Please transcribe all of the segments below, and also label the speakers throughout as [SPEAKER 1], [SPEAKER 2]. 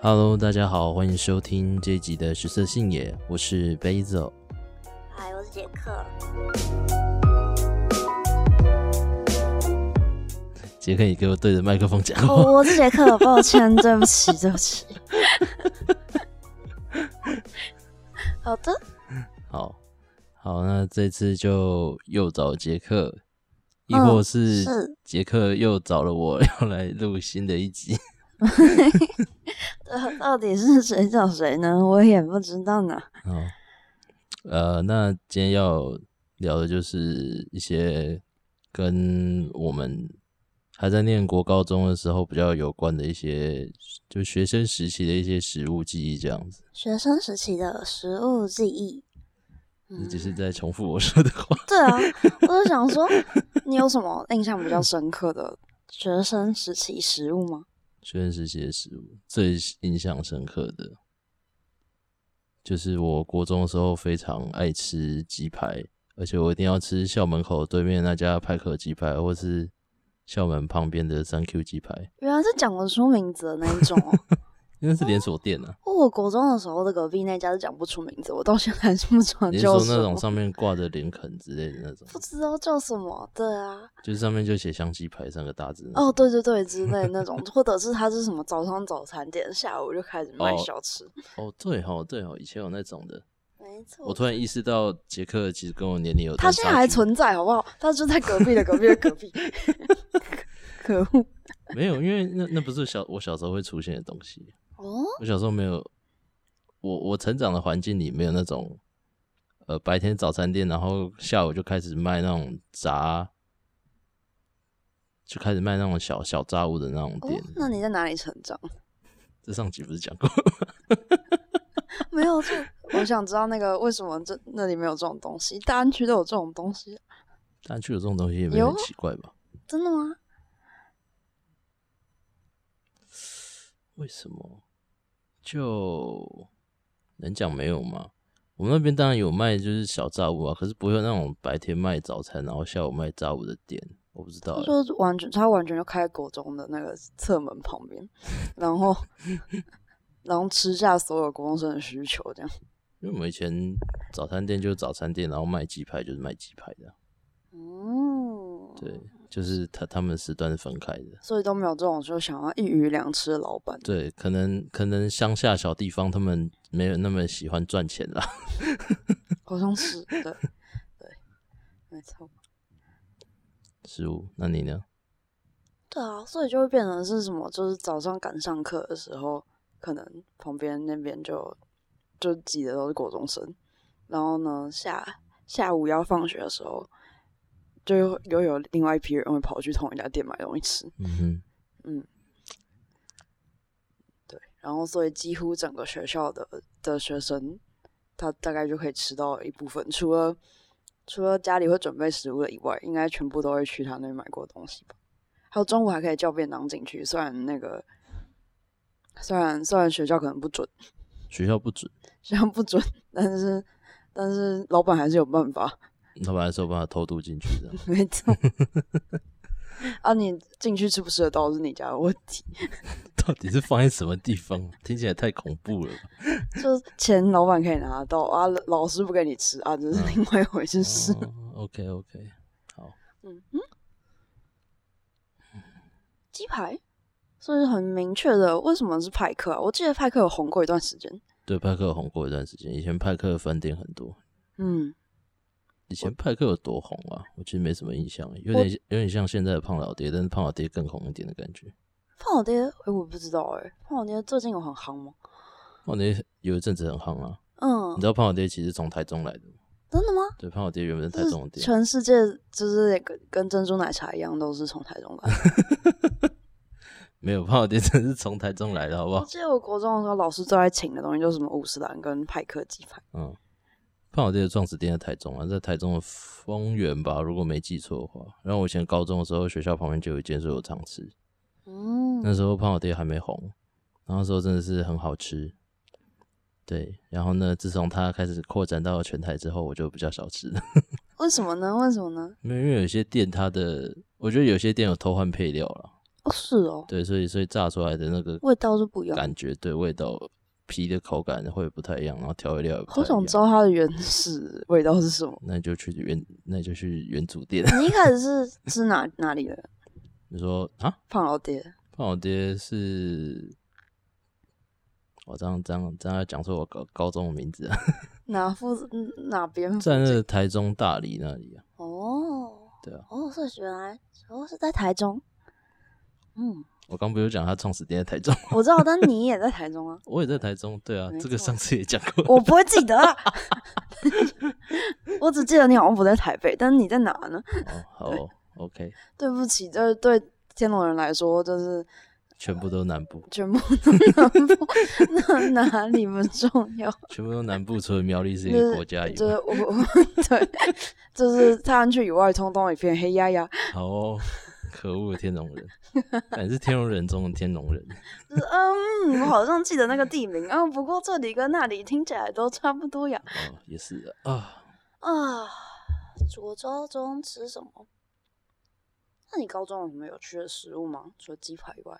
[SPEAKER 1] Hello，大家好，欢迎收听这一集的食色性也，我是 Basil。
[SPEAKER 2] 嗨，我是杰克。
[SPEAKER 1] 杰克，你给我对着麦克风讲话。
[SPEAKER 2] 哦，我是杰克， 抱歉，对不起，对不起。 好的，
[SPEAKER 1] 好好，那这次就又找杰克，亦
[SPEAKER 2] 嗯
[SPEAKER 1] 或是
[SPEAKER 2] 是
[SPEAKER 1] 杰克又找了我要来录新的一 集。
[SPEAKER 2] 呃到底是谁找谁呢？我也不知道呢。
[SPEAKER 1] 好，呃，那今天要聊的就是一些跟我们还在念国高中的时候比较有关的一些，就学生时期的一些食物记忆这样子。
[SPEAKER 2] 学生时期的食物记忆，嗯
[SPEAKER 1] 你只是在重复我说的话。
[SPEAKER 2] 对啊，我就想说，你有什么印象比较深刻的学生时期食物吗？
[SPEAKER 1] 学生时期的食物最印象深刻的，就是我国中的时候非常爱吃鸡排，而且我一定要吃校门口对面那家派克鸡排，或是校门旁边的三 Q 鸡排，
[SPEAKER 2] 原来是讲得出名字的那一种哦。
[SPEAKER 1] 因为是连锁店啊。
[SPEAKER 2] 我国中的时候的隔壁那家是讲不出名字，我到现在还哦是不知道
[SPEAKER 1] 你
[SPEAKER 2] 叫
[SPEAKER 1] 是
[SPEAKER 2] 什
[SPEAKER 1] 说
[SPEAKER 2] 么。
[SPEAKER 1] 那种上面挂着林肯之类的那种，
[SPEAKER 2] 不知道叫什么，对啊，
[SPEAKER 1] 就是上面就写“香鸡排”三个大字那种。
[SPEAKER 2] 哦，对对对，之类那种，或者是它是什么早上早餐店，下午就开始卖
[SPEAKER 1] 哦
[SPEAKER 2] 小吃，
[SPEAKER 1] 哦，对哦，对哦，以前有那种的。
[SPEAKER 2] 没错。
[SPEAKER 1] 我突然意识到，杰克其实跟我年龄有段
[SPEAKER 2] 它哦现在
[SPEAKER 1] 差
[SPEAKER 2] 还
[SPEAKER 1] 距
[SPEAKER 2] 存在，好不好？它就在隔壁的隔壁的 隔壁。 可恶！
[SPEAKER 1] 没有，因为那那不是小我小时候会出现的东西。
[SPEAKER 2] 哦，
[SPEAKER 1] 我小时候没有，我我成长的环境里没有那种，呃，白天早餐店，然后下午就开始卖那种炸，就开始卖那种小小炸物的那种
[SPEAKER 2] 哦
[SPEAKER 1] 店。，
[SPEAKER 2] 那你在哪里成长？
[SPEAKER 1] 这上集不是讲过？
[SPEAKER 2] 没有这，我想知道那个为什么这那里没有这种东西？大安区都有这种东西，
[SPEAKER 1] 大家去有这种东西也没
[SPEAKER 2] 有啊
[SPEAKER 1] 有很奇怪吧？
[SPEAKER 2] 真的吗？
[SPEAKER 1] 为什么？就能讲没有吗？我们那边当然有卖，就是小炸物啊，可是不会有那种白天卖早餐，然后下午卖炸物的店，我不知道、
[SPEAKER 2] 他
[SPEAKER 1] 欸。
[SPEAKER 2] 说完全，他完全就开在国中的那个侧门旁边，然后然后吃下所有国中生的需求，这样。
[SPEAKER 1] 因为我们以前早餐店就是早餐店，然后卖鸡排就是卖鸡排的啊，
[SPEAKER 2] 嗯，
[SPEAKER 1] 对，就是他他们时段是分开的。
[SPEAKER 2] 所以都没有这种就想要一鱼两吃的老板。
[SPEAKER 1] 对，可能可能乡下小地方他们没有那么喜欢赚钱啦。
[SPEAKER 2] 好像是，对对，没错。
[SPEAKER 1] 食物，那你呢？
[SPEAKER 2] 对啊，所以就会变成是什么？就是早上赶上课的时候，可能旁边那边就就挤的都是国中生，然后呢下下午要放学的时候，就又又有另外一批人会跑去同一家店买东西吃，
[SPEAKER 1] 嗯哼，
[SPEAKER 2] 对，然后所以几乎整个学校的的学生，他大概就可以吃到一部分，除了除了家里会准备食物的以外，应该全部都会去他那里买过东西吧。还有中午还可以叫便当进去，虽然那个虽然虽然学校可能不准，
[SPEAKER 1] 学校不准，
[SPEAKER 2] 学校不准，但是但是老板还是有办法，
[SPEAKER 1] 老板还是有办法偷渡进去的。
[SPEAKER 2] 没错。啊，你进去吃不吃得到是你家的问题，
[SPEAKER 1] 到底是放在什么地方？听起来太恐怖 了吧。
[SPEAKER 2] 就是钱老板可以拿得到啊，老师不给你吃啊，这是另外一回事。
[SPEAKER 1] 哦、OK OK，好，
[SPEAKER 2] 嗯嗯，鸡排，所以很明确的，为什么是派克啊？我记得派克有红过一段时间。
[SPEAKER 1] 对，派克有红过一段时间，以前派克的分店很多。
[SPEAKER 2] 嗯，
[SPEAKER 1] 以前派克有多红啊？我其实没什么印象，有点有点像现在的胖老爹，但是胖老爹更红一点的感觉。
[SPEAKER 2] 胖老爹，哎、我不知道哎、胖老爹最近有很夯吗？
[SPEAKER 1] 胖老爹有一阵子很夯啊，
[SPEAKER 2] 嗯
[SPEAKER 1] 你，知道胖老爹其实从台中来的吗，
[SPEAKER 2] 真的吗？
[SPEAKER 1] 对，胖老爹原本是
[SPEAKER 2] 就
[SPEAKER 1] 台中
[SPEAKER 2] 是
[SPEAKER 1] 的店，
[SPEAKER 2] 全世界就是跟跟珍珠奶茶一样，都是从台中来的。
[SPEAKER 1] 没有胖老爹真的是从台中来的，好不
[SPEAKER 2] 我
[SPEAKER 1] 好？
[SPEAKER 2] 记得我国中的时候，老师最爱请的东西就是什么五十岚跟派克鸡排。
[SPEAKER 1] 嗯，胖老爹的创始店在台中啊，在台中的丰原吧，如果没记错的话。然后我以前高中的时候，学校旁边就有一间，所以我常吃。
[SPEAKER 2] 嗯，
[SPEAKER 1] 那时候胖老爹还没红，然后那时候真的是很好吃。对，然后呢，自从他开始扩展到全台之后，我就比较少吃了。
[SPEAKER 2] 为什么呢？为什么呢？
[SPEAKER 1] 没有，因为有些店它的，我觉得有些店有偷换配料了。
[SPEAKER 2] 哦，是哦，
[SPEAKER 1] 对，所以所以炸出来的那个
[SPEAKER 2] 味道是不一样
[SPEAKER 1] 感觉对味道皮的口感会不太一样，然后调味料也不太
[SPEAKER 2] 好
[SPEAKER 1] 一样
[SPEAKER 2] 想知道它的原始味道是什 么。
[SPEAKER 1] 那你就去原那你就去原主店。
[SPEAKER 2] 你一开始是是哪哪里的？
[SPEAKER 1] 你说啊，
[SPEAKER 2] 胖老爹，
[SPEAKER 1] 胖老爹是，我这样这样这样要讲出我高高中的名字啊，
[SPEAKER 2] 哪附嗯哪边附
[SPEAKER 1] 在那
[SPEAKER 2] 近
[SPEAKER 1] 个台中大理那里啊，
[SPEAKER 2] 哦，
[SPEAKER 1] 对啊，
[SPEAKER 2] 哦，所以原来哦是在台中，嗯，
[SPEAKER 1] 我刚不是有讲他创始店在台中，，
[SPEAKER 2] 我知道，但你也在台中啊
[SPEAKER 1] 我也在台中，对啊
[SPEAKER 2] 没，
[SPEAKER 1] 这个
[SPEAKER 2] 错
[SPEAKER 1] 上次也讲过，
[SPEAKER 2] 我不会记得啊， 我只记得你好像不在台北，但是你在哪呢？
[SPEAKER 1] 哦，好哦，OK，
[SPEAKER 2] 对不起，这对天龙人来说就是
[SPEAKER 1] 全部都南部，
[SPEAKER 2] 全部 都南部，那哪里不重要，
[SPEAKER 1] 全部都南部，除了苗栗是一
[SPEAKER 2] 就
[SPEAKER 1] 个
[SPEAKER 2] 是
[SPEAKER 1] 国家以
[SPEAKER 2] 就是
[SPEAKER 1] 外，
[SPEAKER 2] 我 我对，就是泰安区以外，通通一片黑压压，
[SPEAKER 1] 好哦，可恶的天龙人， 你是天龙人中的天龙人，
[SPEAKER 2] 就是嗯，我好像记得那个地名啊，不过这里跟那里听起来都差不多呀。
[SPEAKER 1] 哦，也是啊啊，
[SPEAKER 2] 啊，我高中吃什么？那你高中有什么有趣的食物吗？除了鸡排以外，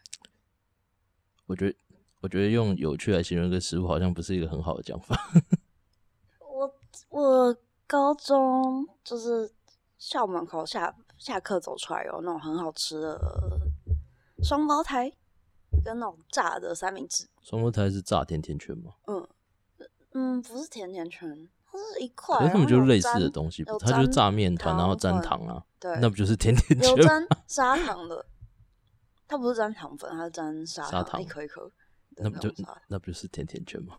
[SPEAKER 1] 我觉得我觉得用有趣来形容一个食物，好像不是一个很好的讲法，
[SPEAKER 2] 我我高中就是校门口下下课走出来有那种很好吃的双胞胎，跟那种炸的三明治。
[SPEAKER 1] 双胞胎是炸甜甜圈吗？
[SPEAKER 2] 嗯，不是甜甜圈，它是一块，
[SPEAKER 1] 可是他们
[SPEAKER 2] 然后
[SPEAKER 1] 就
[SPEAKER 2] 有
[SPEAKER 1] 类似的
[SPEAKER 2] 沾
[SPEAKER 1] 东西
[SPEAKER 2] 有，
[SPEAKER 1] 它就是
[SPEAKER 2] 沾
[SPEAKER 1] 炸面团，然后沾
[SPEAKER 2] 糖
[SPEAKER 1] 糖啊，
[SPEAKER 2] 对，
[SPEAKER 1] 那不就是甜 甜
[SPEAKER 2] 有
[SPEAKER 1] 圈吗？
[SPEAKER 2] 沾砂糖的，它不是沾糖粉，它是沾砂
[SPEAKER 1] 砂
[SPEAKER 2] 糖，
[SPEAKER 1] 糖
[SPEAKER 2] 一颗一颗的
[SPEAKER 1] 那不
[SPEAKER 2] 种
[SPEAKER 1] 就
[SPEAKER 2] 砂糖
[SPEAKER 1] 那不就是甜甜圈吗？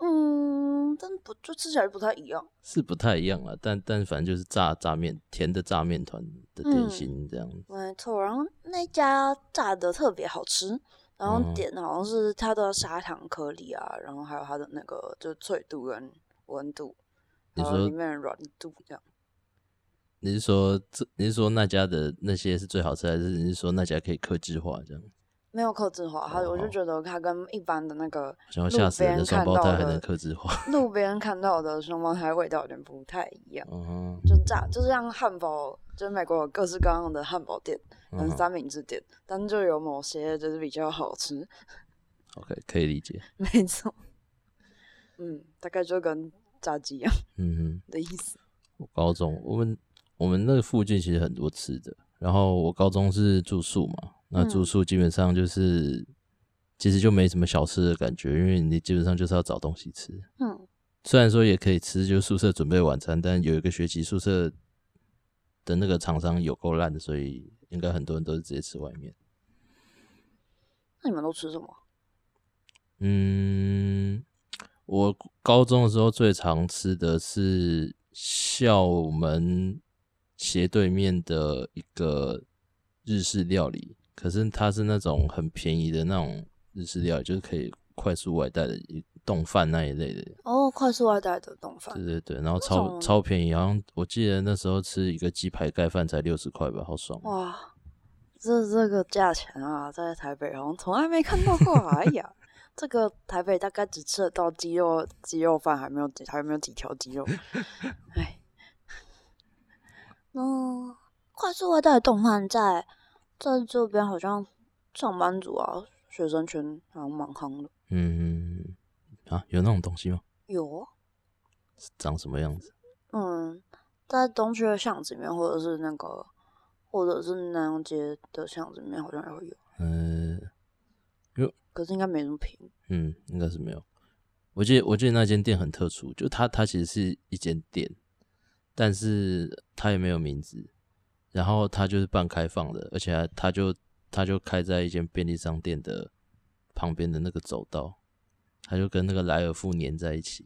[SPEAKER 2] 嗯，但不就吃起来不太一样。
[SPEAKER 1] 是不太一样啊，但但反正就是炸炸面甜的炸面团
[SPEAKER 2] 嗯
[SPEAKER 1] 的点心这样子。
[SPEAKER 2] 没错，然后那家炸的特别好吃，然后
[SPEAKER 1] 嗯
[SPEAKER 2] 点好像是它的砂糖颗粒啊，然后还有它的那个就脆度跟温度，
[SPEAKER 1] 你
[SPEAKER 2] 还有
[SPEAKER 1] 说
[SPEAKER 2] 里面的软度这样。
[SPEAKER 1] 你是说这你是说那家的那些是最好吃，还是你是说那家可以克制化这样？
[SPEAKER 2] 没有克制化，它
[SPEAKER 1] 哦
[SPEAKER 2] 我就
[SPEAKER 1] 好
[SPEAKER 2] 觉得它跟一般的那个
[SPEAKER 1] 想要
[SPEAKER 2] 路
[SPEAKER 1] 吓死人
[SPEAKER 2] 边
[SPEAKER 1] 的双
[SPEAKER 2] 看
[SPEAKER 1] 胞
[SPEAKER 2] 到
[SPEAKER 1] 胎还能
[SPEAKER 2] 的
[SPEAKER 1] 克制化？
[SPEAKER 2] 路边看到的双胞胎味道有点不太一样。
[SPEAKER 1] 嗯
[SPEAKER 2] 就炸，就是像汉堡，就是美国有各式各样的汉堡店
[SPEAKER 1] 哼
[SPEAKER 2] 跟
[SPEAKER 1] 嗯哼
[SPEAKER 2] 三明治店，但就有某些就是比较好吃，
[SPEAKER 1] ，OK，可以理解。
[SPEAKER 2] 没错。嗯，大概就跟炸鸡一样
[SPEAKER 1] 嗯哼。
[SPEAKER 2] 的意思。
[SPEAKER 1] 我高中我们我们那个附近其实很多吃的，然后我高中是住宿嘛，那住
[SPEAKER 2] 嗯
[SPEAKER 1] 宿基本上就是、其实就没什么小吃的感觉，因为你基本上就是要找东西吃。
[SPEAKER 2] 嗯，
[SPEAKER 1] 虽然说也可以吃，就是宿舍准备晚餐，但有一个学期宿舍的那个厂商有够烂的，所以应该很多人都是直接吃外面。
[SPEAKER 2] 那你们都吃什么？
[SPEAKER 1] 嗯，我高中的时候最常吃的是校门斜对面的一个日式料理，可是它是那种很便宜的那种日式料理，就是可以快速外带的一冻饭那一类的。
[SPEAKER 2] 哦，快速外带的冻饭
[SPEAKER 1] 对，对对，然后
[SPEAKER 2] 那
[SPEAKER 1] 超
[SPEAKER 2] 种
[SPEAKER 1] 超便宜，好像我记得那时候吃一个鸡排盖饭才六十块吧，好爽哦。
[SPEAKER 2] 哇，这这个价钱啊，在台北好像从来没看到过。哎呀， 这个台北大概只吃得到鸡肉鸡肉饭，还没有几还没有几条鸡肉。哎，嗯，快速外带的动漫在在这边好像上班族啊、学生圈好像蛮夯的。
[SPEAKER 1] 嗯，啊，有那种东西吗？
[SPEAKER 2] 有啊，
[SPEAKER 1] 长什么样子？
[SPEAKER 2] 嗯，在东区的巷子里面，或者是那个，或者是南洋街的巷子里面，好像也会有，
[SPEAKER 1] 嗯、
[SPEAKER 2] 可是应该没什么评。
[SPEAKER 1] 嗯，应该是没有。我记得我记得那间店很特殊，就它它其实是一间店，但是它也没有名字，然后它就是半开放的，而且还它就它就开在一间便利商店的旁边的那个走道，它就跟那个莱尔富粘在一起。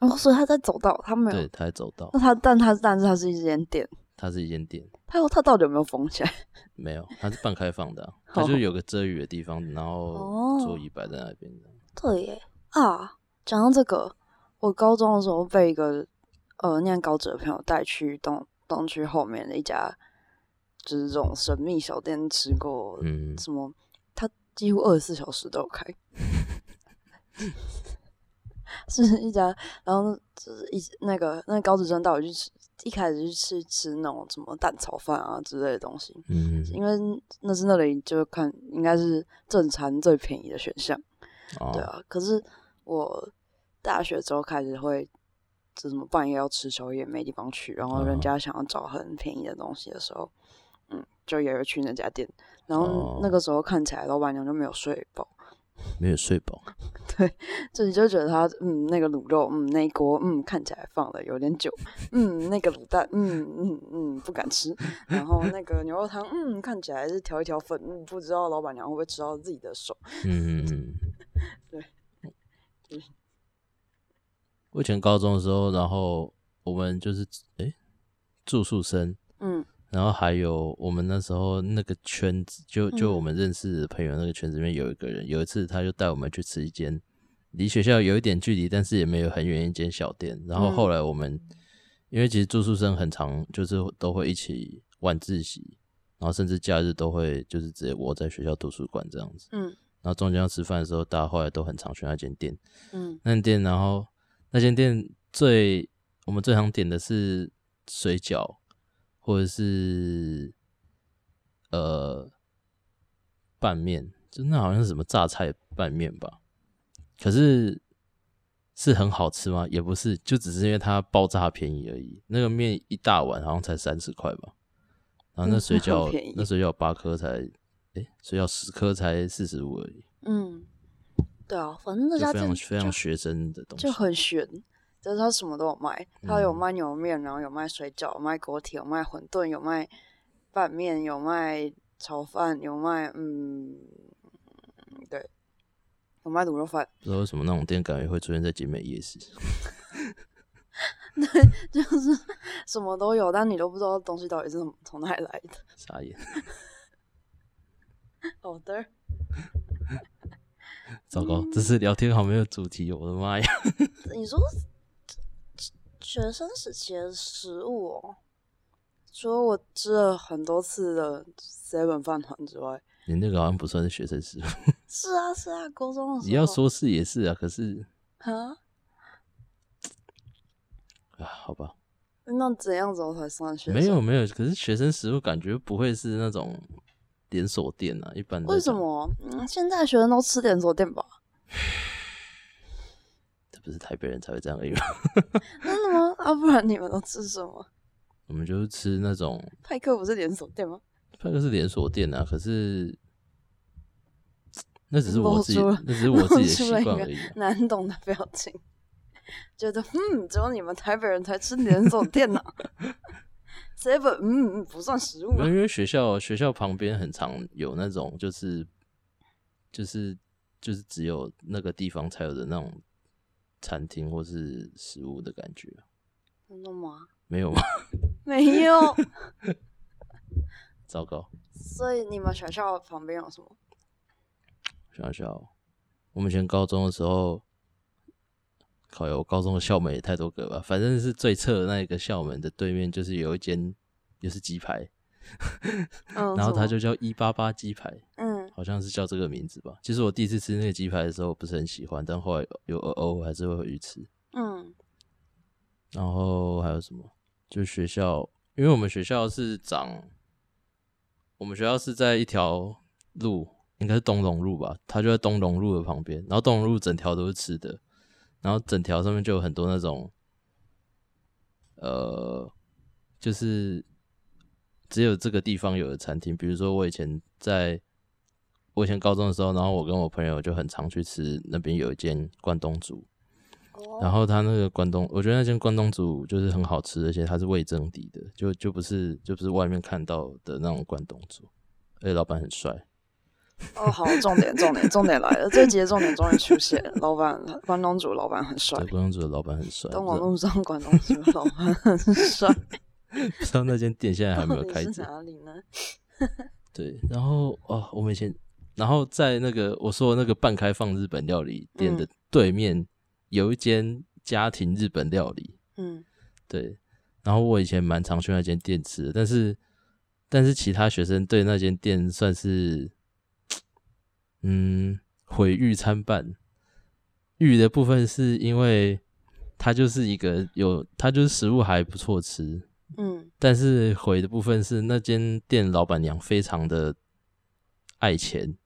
[SPEAKER 2] 哦，所以他在走道，他没
[SPEAKER 1] 对，
[SPEAKER 2] 有。
[SPEAKER 1] 它在走道
[SPEAKER 2] 那，他，但他但是他是一间店，
[SPEAKER 1] 它是一间店，
[SPEAKER 2] 他有他到底有没有封起来？
[SPEAKER 1] 没有，它是半开放的啊、它就
[SPEAKER 2] 好
[SPEAKER 1] 有个遮雨的地方，然后
[SPEAKER 2] 哦
[SPEAKER 1] 桌椅摆在那边的。
[SPEAKER 2] 对耶啊，讲到这个，我高中的时候被一个呃念高职的朋友带去东东区后面的一家，就是这种神秘小店吃过
[SPEAKER 1] 嗯，
[SPEAKER 2] 什么，他几乎二十四小时都有开， 是一家，然后就是一那个那个高职生带我去吃一开始是吃那种什么蛋炒饭啊之类的东西，
[SPEAKER 1] 嗯，
[SPEAKER 2] 因为那是那里就看应该是正餐最便宜的选项，
[SPEAKER 1] 哦，
[SPEAKER 2] 对啊。可是我大学之后开始会，就什么半夜要吃宵夜没地方去，然后人
[SPEAKER 1] 嗯
[SPEAKER 2] 家想要找很便宜的东西的时候，嗯，就也会去那家店。然
[SPEAKER 1] 哦
[SPEAKER 2] 后那个时候看起来老板娘就没有睡饱，
[SPEAKER 1] 没有睡饱，
[SPEAKER 2] 就你就觉得他嗯那个卤肉嗯那一锅嗯看起来放了有点久， 嗯那个卤蛋嗯嗯嗯不敢吃，然后那个牛肉汤嗯看起来是调一调粉，嗯不知道老板娘会不会吃到自己的手。
[SPEAKER 1] 嗯嗯嗯，
[SPEAKER 2] 对嗯。
[SPEAKER 1] 我以前高中的时候，然后我们就是诶、住宿生，
[SPEAKER 2] 嗯
[SPEAKER 1] 然后还有我们那时候那个圈子，就就
[SPEAKER 2] 嗯
[SPEAKER 1] 我们认识的朋友那个圈子里面有一个人，有一次他就带我们去吃一间离学校有一点距离，但是也没有很远一间小店。然后
[SPEAKER 2] 嗯
[SPEAKER 1] 后来我们、因为其实住宿生很常就是都会一起晚自习，然后甚至假日都会就是直接窝在学校图书馆这样子。
[SPEAKER 2] 嗯
[SPEAKER 1] 然后中间要吃饭的时候，大家后来都很常去那间店。
[SPEAKER 2] 嗯
[SPEAKER 1] 那间店，然后那间店最我们最常点的是水饺，或者是呃拌面，就那好像是什么榨菜拌面吧。可是是很好吃吗？也不是，就只是因为它爆炸便宜而已。那个面一大碗好像才三十块吧，然后那
[SPEAKER 2] 嗯
[SPEAKER 1] 水
[SPEAKER 2] 好
[SPEAKER 1] 饺、
[SPEAKER 2] 便宜
[SPEAKER 1] 那水饺八颗才，诶、水饺十颗才四十五而已。
[SPEAKER 2] 嗯，对啊，反正那
[SPEAKER 1] 就
[SPEAKER 2] 家
[SPEAKER 1] 非
[SPEAKER 2] 店
[SPEAKER 1] 常非常
[SPEAKER 2] 就
[SPEAKER 1] 学生的东西，
[SPEAKER 2] 就很悬，就是他什么都有卖，他有
[SPEAKER 1] 嗯
[SPEAKER 2] 卖牛肉面，然后有卖水饺，有卖锅贴，有卖馄饨，有卖拌面，有卖炒饭，有卖嗯，对，有卖卤肉饭，
[SPEAKER 1] 不知道为什么那种店感觉会出现在景美夜市。
[SPEAKER 2] 就是什么都有，但你都不知道东西到底是从从哪里来的。
[SPEAKER 1] 傻眼，
[SPEAKER 2] 好的，
[SPEAKER 1] 糟
[SPEAKER 2] 嗯
[SPEAKER 1] 糕，这次聊天好没有主题，哦我的妈呀！
[SPEAKER 2] 你说学生时期的食物哦，除了我吃了很多次的 seven 饭团之外，
[SPEAKER 1] 你那个好像不算是学生食物，
[SPEAKER 2] 是啊是啊，高中的时候
[SPEAKER 1] 你要说是也是啊，可是
[SPEAKER 2] 啊。
[SPEAKER 1] 啊，好吧，
[SPEAKER 2] 那怎样子我才算学生？
[SPEAKER 1] 没有，没有，可是学生食物感觉不会是那种连锁店啊，一般来讲
[SPEAKER 2] 为什？么？嗯，现在学生都吃连锁店吧？
[SPEAKER 1] 这不是台北人才会这样而已吗？
[SPEAKER 2] 真的吗？啊，不然你们都吃什么？
[SPEAKER 1] 我们就是吃那种，
[SPEAKER 2] 派克不是连锁店吗？
[SPEAKER 1] 那个是连锁店啊，可是。那只是
[SPEAKER 2] 露
[SPEAKER 1] 我自己
[SPEAKER 2] 出了，
[SPEAKER 1] 那只是我自己的
[SPEAKER 2] 露出了
[SPEAKER 1] 习
[SPEAKER 2] 一
[SPEAKER 1] 惯
[SPEAKER 2] 个
[SPEAKER 1] 而已啊、
[SPEAKER 2] 难懂的表情， 觉得嗯，只有你们台北人才吃连锁店呢、seven 嗯嗯不算食物
[SPEAKER 1] 没
[SPEAKER 2] 啊
[SPEAKER 1] 有，因为学校学校旁边很常有那种就是就是就是只有那个地方才有的那种餐厅或是食物的感觉，
[SPEAKER 2] 真的吗？
[SPEAKER 1] 没有吗？
[SPEAKER 2] 没有。
[SPEAKER 1] 糟糕，
[SPEAKER 2] 所以你们学校旁边有什么？
[SPEAKER 1] 想想哦，我们以前高中的时候，靠哟，我高中的校门也太多个吧，反正是最侧的那一个校门的对面就是有一间也是鸡排，
[SPEAKER 2] 嗯，
[SPEAKER 1] 然后
[SPEAKER 2] 什
[SPEAKER 1] 它
[SPEAKER 2] 么
[SPEAKER 1] 就叫一八八鸡排，
[SPEAKER 2] 嗯
[SPEAKER 1] 好像是叫这个名字吧。其实我第一次吃那个鸡排的时候我不是很喜欢，但后来有偶偶尔还是会回去吃。
[SPEAKER 2] 嗯
[SPEAKER 1] 然后还有什么？就学校，因为我们学校是长，我们学校是在一条路，应该是东龙路吧，它就在东龙路的旁边。然后东龙路整条都是吃的，然后整条上面就有很多那种，呃，就是只有这个地方有的餐厅。比如说我以前在。我以前高中的时候，然后我跟我朋友就很常去吃那边有一间关东煮，然
[SPEAKER 2] 哦
[SPEAKER 1] 后他那个关东，我觉得那间关东煮就是很好吃，而且它是味增底的，就就不是就不是外面看到的那种关东煮，而且老板很帅，
[SPEAKER 2] 哦好，重点重点重点来了，这集的重点终于出现了。老板关东煮老板很帅
[SPEAKER 1] 对，，关东煮的老板很帅。
[SPEAKER 2] 东
[SPEAKER 1] 不
[SPEAKER 2] 网
[SPEAKER 1] 知道
[SPEAKER 2] 路上管东西的老板很帅，
[SPEAKER 1] 不知道那间店现在 还没
[SPEAKER 2] 到
[SPEAKER 1] 有
[SPEAKER 2] 底
[SPEAKER 1] 开
[SPEAKER 2] 是啊
[SPEAKER 1] 着。
[SPEAKER 2] 哪里呢？
[SPEAKER 1] 对，然后啊，我们以前，然后在那个我说的那个半开放日本料理店
[SPEAKER 2] 嗯
[SPEAKER 1] 的对面，有一间家庭日本料理，
[SPEAKER 2] 嗯
[SPEAKER 1] 对，然后我以前蛮常去那间店吃的，但是但是其他学生对那间店算是嗯毁誉参半。誉的部分是因为它就是一个有，它就是食物还不错吃，
[SPEAKER 2] 嗯，
[SPEAKER 1] 但是毁的部分是那间店老板娘非常的爱钱，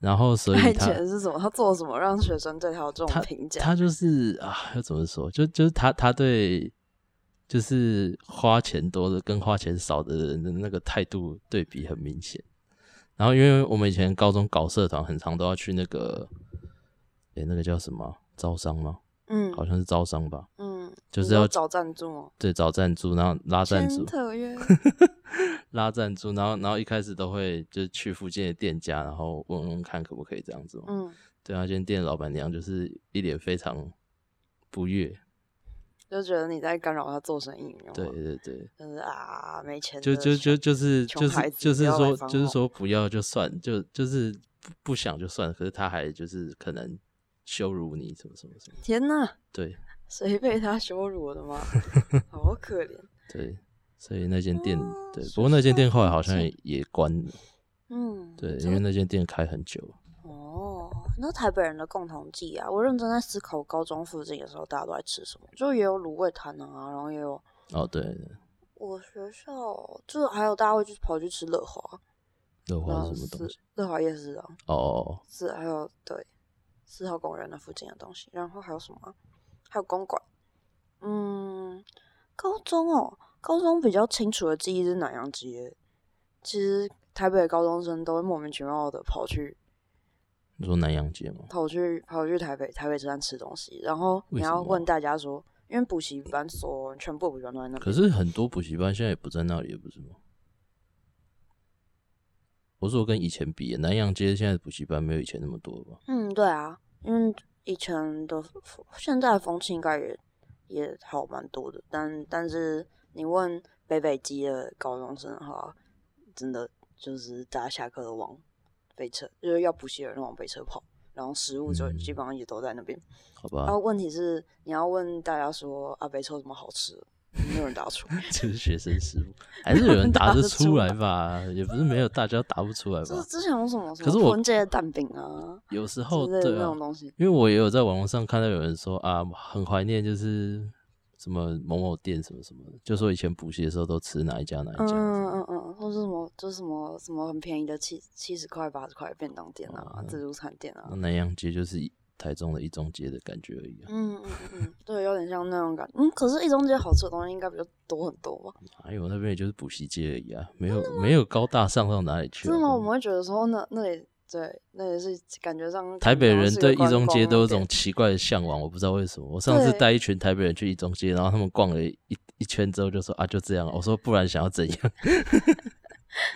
[SPEAKER 1] 然后所以
[SPEAKER 2] 爱
[SPEAKER 1] 她
[SPEAKER 2] 钱是什么？他做了什么让学生对他有这种评价？
[SPEAKER 1] 她就是啊，要怎么说？就就是她她对就是花钱多的跟花钱少的人的那个态度对比很明显。然后因为我们以前高中搞社团，很常都要去那个，诶、那个叫什么啊招商吗？
[SPEAKER 2] 嗯
[SPEAKER 1] 好像是招商吧，
[SPEAKER 2] 嗯，
[SPEAKER 1] 就是
[SPEAKER 2] 你说
[SPEAKER 1] 要
[SPEAKER 2] 找赞助哦吗？
[SPEAKER 1] 对找赞助，然后拉赞助
[SPEAKER 2] 签，特约，
[SPEAKER 1] 拉赞助，然后然后一开始都会就是去附近的店家，然后问问看可不可以这样子嘛。
[SPEAKER 2] 嗯，
[SPEAKER 1] 对那间店老板娘就是一脸非常不悦，
[SPEAKER 2] 就觉得你在干扰他做生意，你知道吗
[SPEAKER 1] 对，对对，
[SPEAKER 2] 就是啊，没钱
[SPEAKER 1] 就
[SPEAKER 2] 的
[SPEAKER 1] 就就
[SPEAKER 2] 小
[SPEAKER 1] 就是
[SPEAKER 2] 穷
[SPEAKER 1] 就
[SPEAKER 2] 孩
[SPEAKER 1] 是
[SPEAKER 2] 子
[SPEAKER 1] 就是
[SPEAKER 2] 不要来
[SPEAKER 1] 说
[SPEAKER 2] 烦
[SPEAKER 1] 就是
[SPEAKER 2] 我
[SPEAKER 1] 说不要就算，就就是不不想就算了，可是他还就是可能羞辱你什么什么什么，
[SPEAKER 2] 天哪，
[SPEAKER 1] 对
[SPEAKER 2] 谁被他羞辱我 的妈，好可怜。
[SPEAKER 1] 对，所以那间店、
[SPEAKER 2] 哦
[SPEAKER 1] 对，
[SPEAKER 2] 学
[SPEAKER 1] 不过那间
[SPEAKER 2] 校
[SPEAKER 1] 店后来
[SPEAKER 2] 附
[SPEAKER 1] 好像
[SPEAKER 2] 近
[SPEAKER 1] 也也关了，
[SPEAKER 2] 嗯，
[SPEAKER 1] 对，
[SPEAKER 2] 这
[SPEAKER 1] 因为那间店开很久了，
[SPEAKER 2] 哦，那台北人的共同记忆啊，我认真在思考高中附近的时候，大家都在吃什么，就也有卤味摊啊，然后也有
[SPEAKER 1] 哦对，对
[SPEAKER 2] 我学校，就是还有大家会去跑去吃乐华，
[SPEAKER 1] 乐
[SPEAKER 2] 然
[SPEAKER 1] 华
[SPEAKER 2] 后
[SPEAKER 1] 是什么东
[SPEAKER 2] 哦是
[SPEAKER 1] 西？
[SPEAKER 2] 乐华夜市啊，
[SPEAKER 1] 哦哦，
[SPEAKER 2] 是还有对四号公园那附近的东西，然后还有什么啊、还有公馆，嗯，高中哦，高中比较清楚的记忆是南洋街，其实台北的高中生都会莫名其妙的跑去
[SPEAKER 1] 你说南洋街吗？
[SPEAKER 2] 跑去跑去台北台北车站吃东西，然后
[SPEAKER 1] 为
[SPEAKER 2] 你
[SPEAKER 1] 什
[SPEAKER 2] 要
[SPEAKER 1] 么
[SPEAKER 2] 问大家说，因为补习班所有全部补习班都在那边，
[SPEAKER 1] 可是很多补习班现在也不在那里，不是吗？我说跟以前比，南洋街现在的补习班没有以前那么多了吧？
[SPEAKER 2] 嗯，对啊，因为以前的风现在的风气应该也也好蛮多的，但但是你问北北基的高中生的话，真的就是大家下课都往北车，就是要补习的人往北车跑，然后食物就
[SPEAKER 1] 嗯啊
[SPEAKER 2] 基本上也都在那边。
[SPEAKER 1] 好
[SPEAKER 2] 然后
[SPEAKER 1] 吧，
[SPEAKER 2] 问题是你要问大家说啊北车有什么好吃的，没有人答出 来。
[SPEAKER 1] 就是学生食物，还是有 人答得出来
[SPEAKER 2] 答
[SPEAKER 1] 吧？也不是没有，大家答不出来
[SPEAKER 2] 就是
[SPEAKER 1] 吧？
[SPEAKER 2] 之前有什么什
[SPEAKER 1] 可
[SPEAKER 2] 么
[SPEAKER 1] 是我
[SPEAKER 2] 婚界的蛋饼啊
[SPEAKER 1] 有时候
[SPEAKER 2] 之类的
[SPEAKER 1] 对
[SPEAKER 2] 那
[SPEAKER 1] 啊
[SPEAKER 2] 种，东西，
[SPEAKER 1] 因为我也有在网络上看到有人说啊，很怀念就是什么某某店什么什么的，就说以前补习的时候都吃哪一家哪一
[SPEAKER 2] 嗯
[SPEAKER 1] 家。
[SPEAKER 2] 嗯嗯嗯，或是什么就是什么什么很便宜的七七十块八十块的便当店啊
[SPEAKER 1] 哦，
[SPEAKER 2] 自助餐店啊
[SPEAKER 1] 那，南洋街就是台中的一中街的感觉而已啊，
[SPEAKER 2] 嗯嗯嗯嗯，对，有点像那种感觉。嗯，可是一中街好吃的东西应该比较多很多吧？
[SPEAKER 1] 还有那边也就是补习街而已啊，没有没有高大上到哪里去。哦
[SPEAKER 2] 真的吗？
[SPEAKER 1] 好
[SPEAKER 2] 我
[SPEAKER 1] 不好
[SPEAKER 2] 们会觉得说那那里对，那里是感觉上
[SPEAKER 1] 台北
[SPEAKER 2] 好像
[SPEAKER 1] 人
[SPEAKER 2] 是一个
[SPEAKER 1] 对一
[SPEAKER 2] 观
[SPEAKER 1] 中
[SPEAKER 2] 光
[SPEAKER 1] 街都有
[SPEAKER 2] 点
[SPEAKER 1] 种奇怪的向往，我不知道为什么。我上次
[SPEAKER 2] 对
[SPEAKER 1] 带一群台北人去一中
[SPEAKER 2] 嗯
[SPEAKER 1] 街，然后他们逛了一一圈之后就说啊就这样，我说不然想要怎样？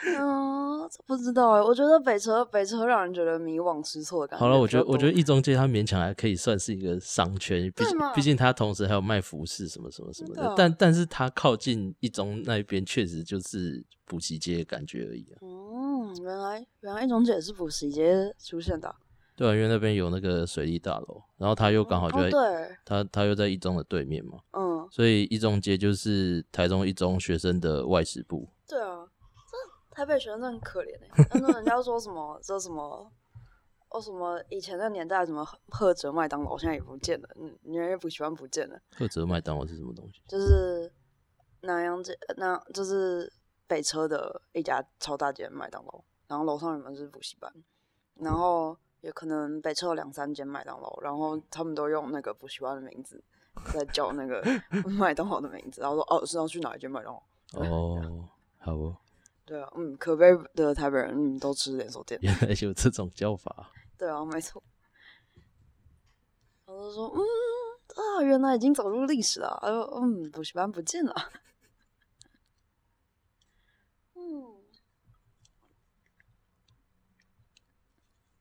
[SPEAKER 2] 嗯，不知道哎，我觉得北车北车让人觉得迷惘失措的感觉。
[SPEAKER 1] 好了，我觉得
[SPEAKER 2] 比较
[SPEAKER 1] 我觉
[SPEAKER 2] 多
[SPEAKER 1] 得一中街它勉强还可以算是一个商圈，毕竟
[SPEAKER 2] 嘛
[SPEAKER 1] 毕竟它同时还有卖服饰什么什么什么
[SPEAKER 2] 真的
[SPEAKER 1] 的，但但是它靠近一中那边确实就是补习街的感觉而已啊。
[SPEAKER 2] 嗯，原来原来一中街也是补习街出现的啊、
[SPEAKER 1] 对啊，因为那边有那个水利大楼，然后它又刚好就
[SPEAKER 2] 哦
[SPEAKER 1] 在
[SPEAKER 2] 对，
[SPEAKER 1] 它它又在一中的对面嘛，
[SPEAKER 2] 嗯，
[SPEAKER 1] 所以一中街就是台中一中学生的外事部。
[SPEAKER 2] 对啊，这台北学生真的很可怜哎、欸。但是人家说什么，这什么，哦什么，以前那年代什么赫哲麦当劳，现在也不见了，嗯，因为补习班不见了，
[SPEAKER 1] 赫哲麦当劳是什么东西？
[SPEAKER 2] 就是南洋街，呃那就是北车的一家超大间麦当劳，然后楼上原本是补习班，然后也可能北车有两三间麦当劳，然后他们都用那个补习班的名字在叫那个 麦当劳的名字，然后说哦是要去哪一间麦当劳。
[SPEAKER 1] 哦，好哦，
[SPEAKER 2] 对啊，嗯，可悲的台北人，嗯，都吃连锁店。
[SPEAKER 1] 原来有这种叫法。
[SPEAKER 2] 对啊，没错。然后就说，嗯啊，原来已经走入历史了。哎呦，嗯，补习班不见了。嗯，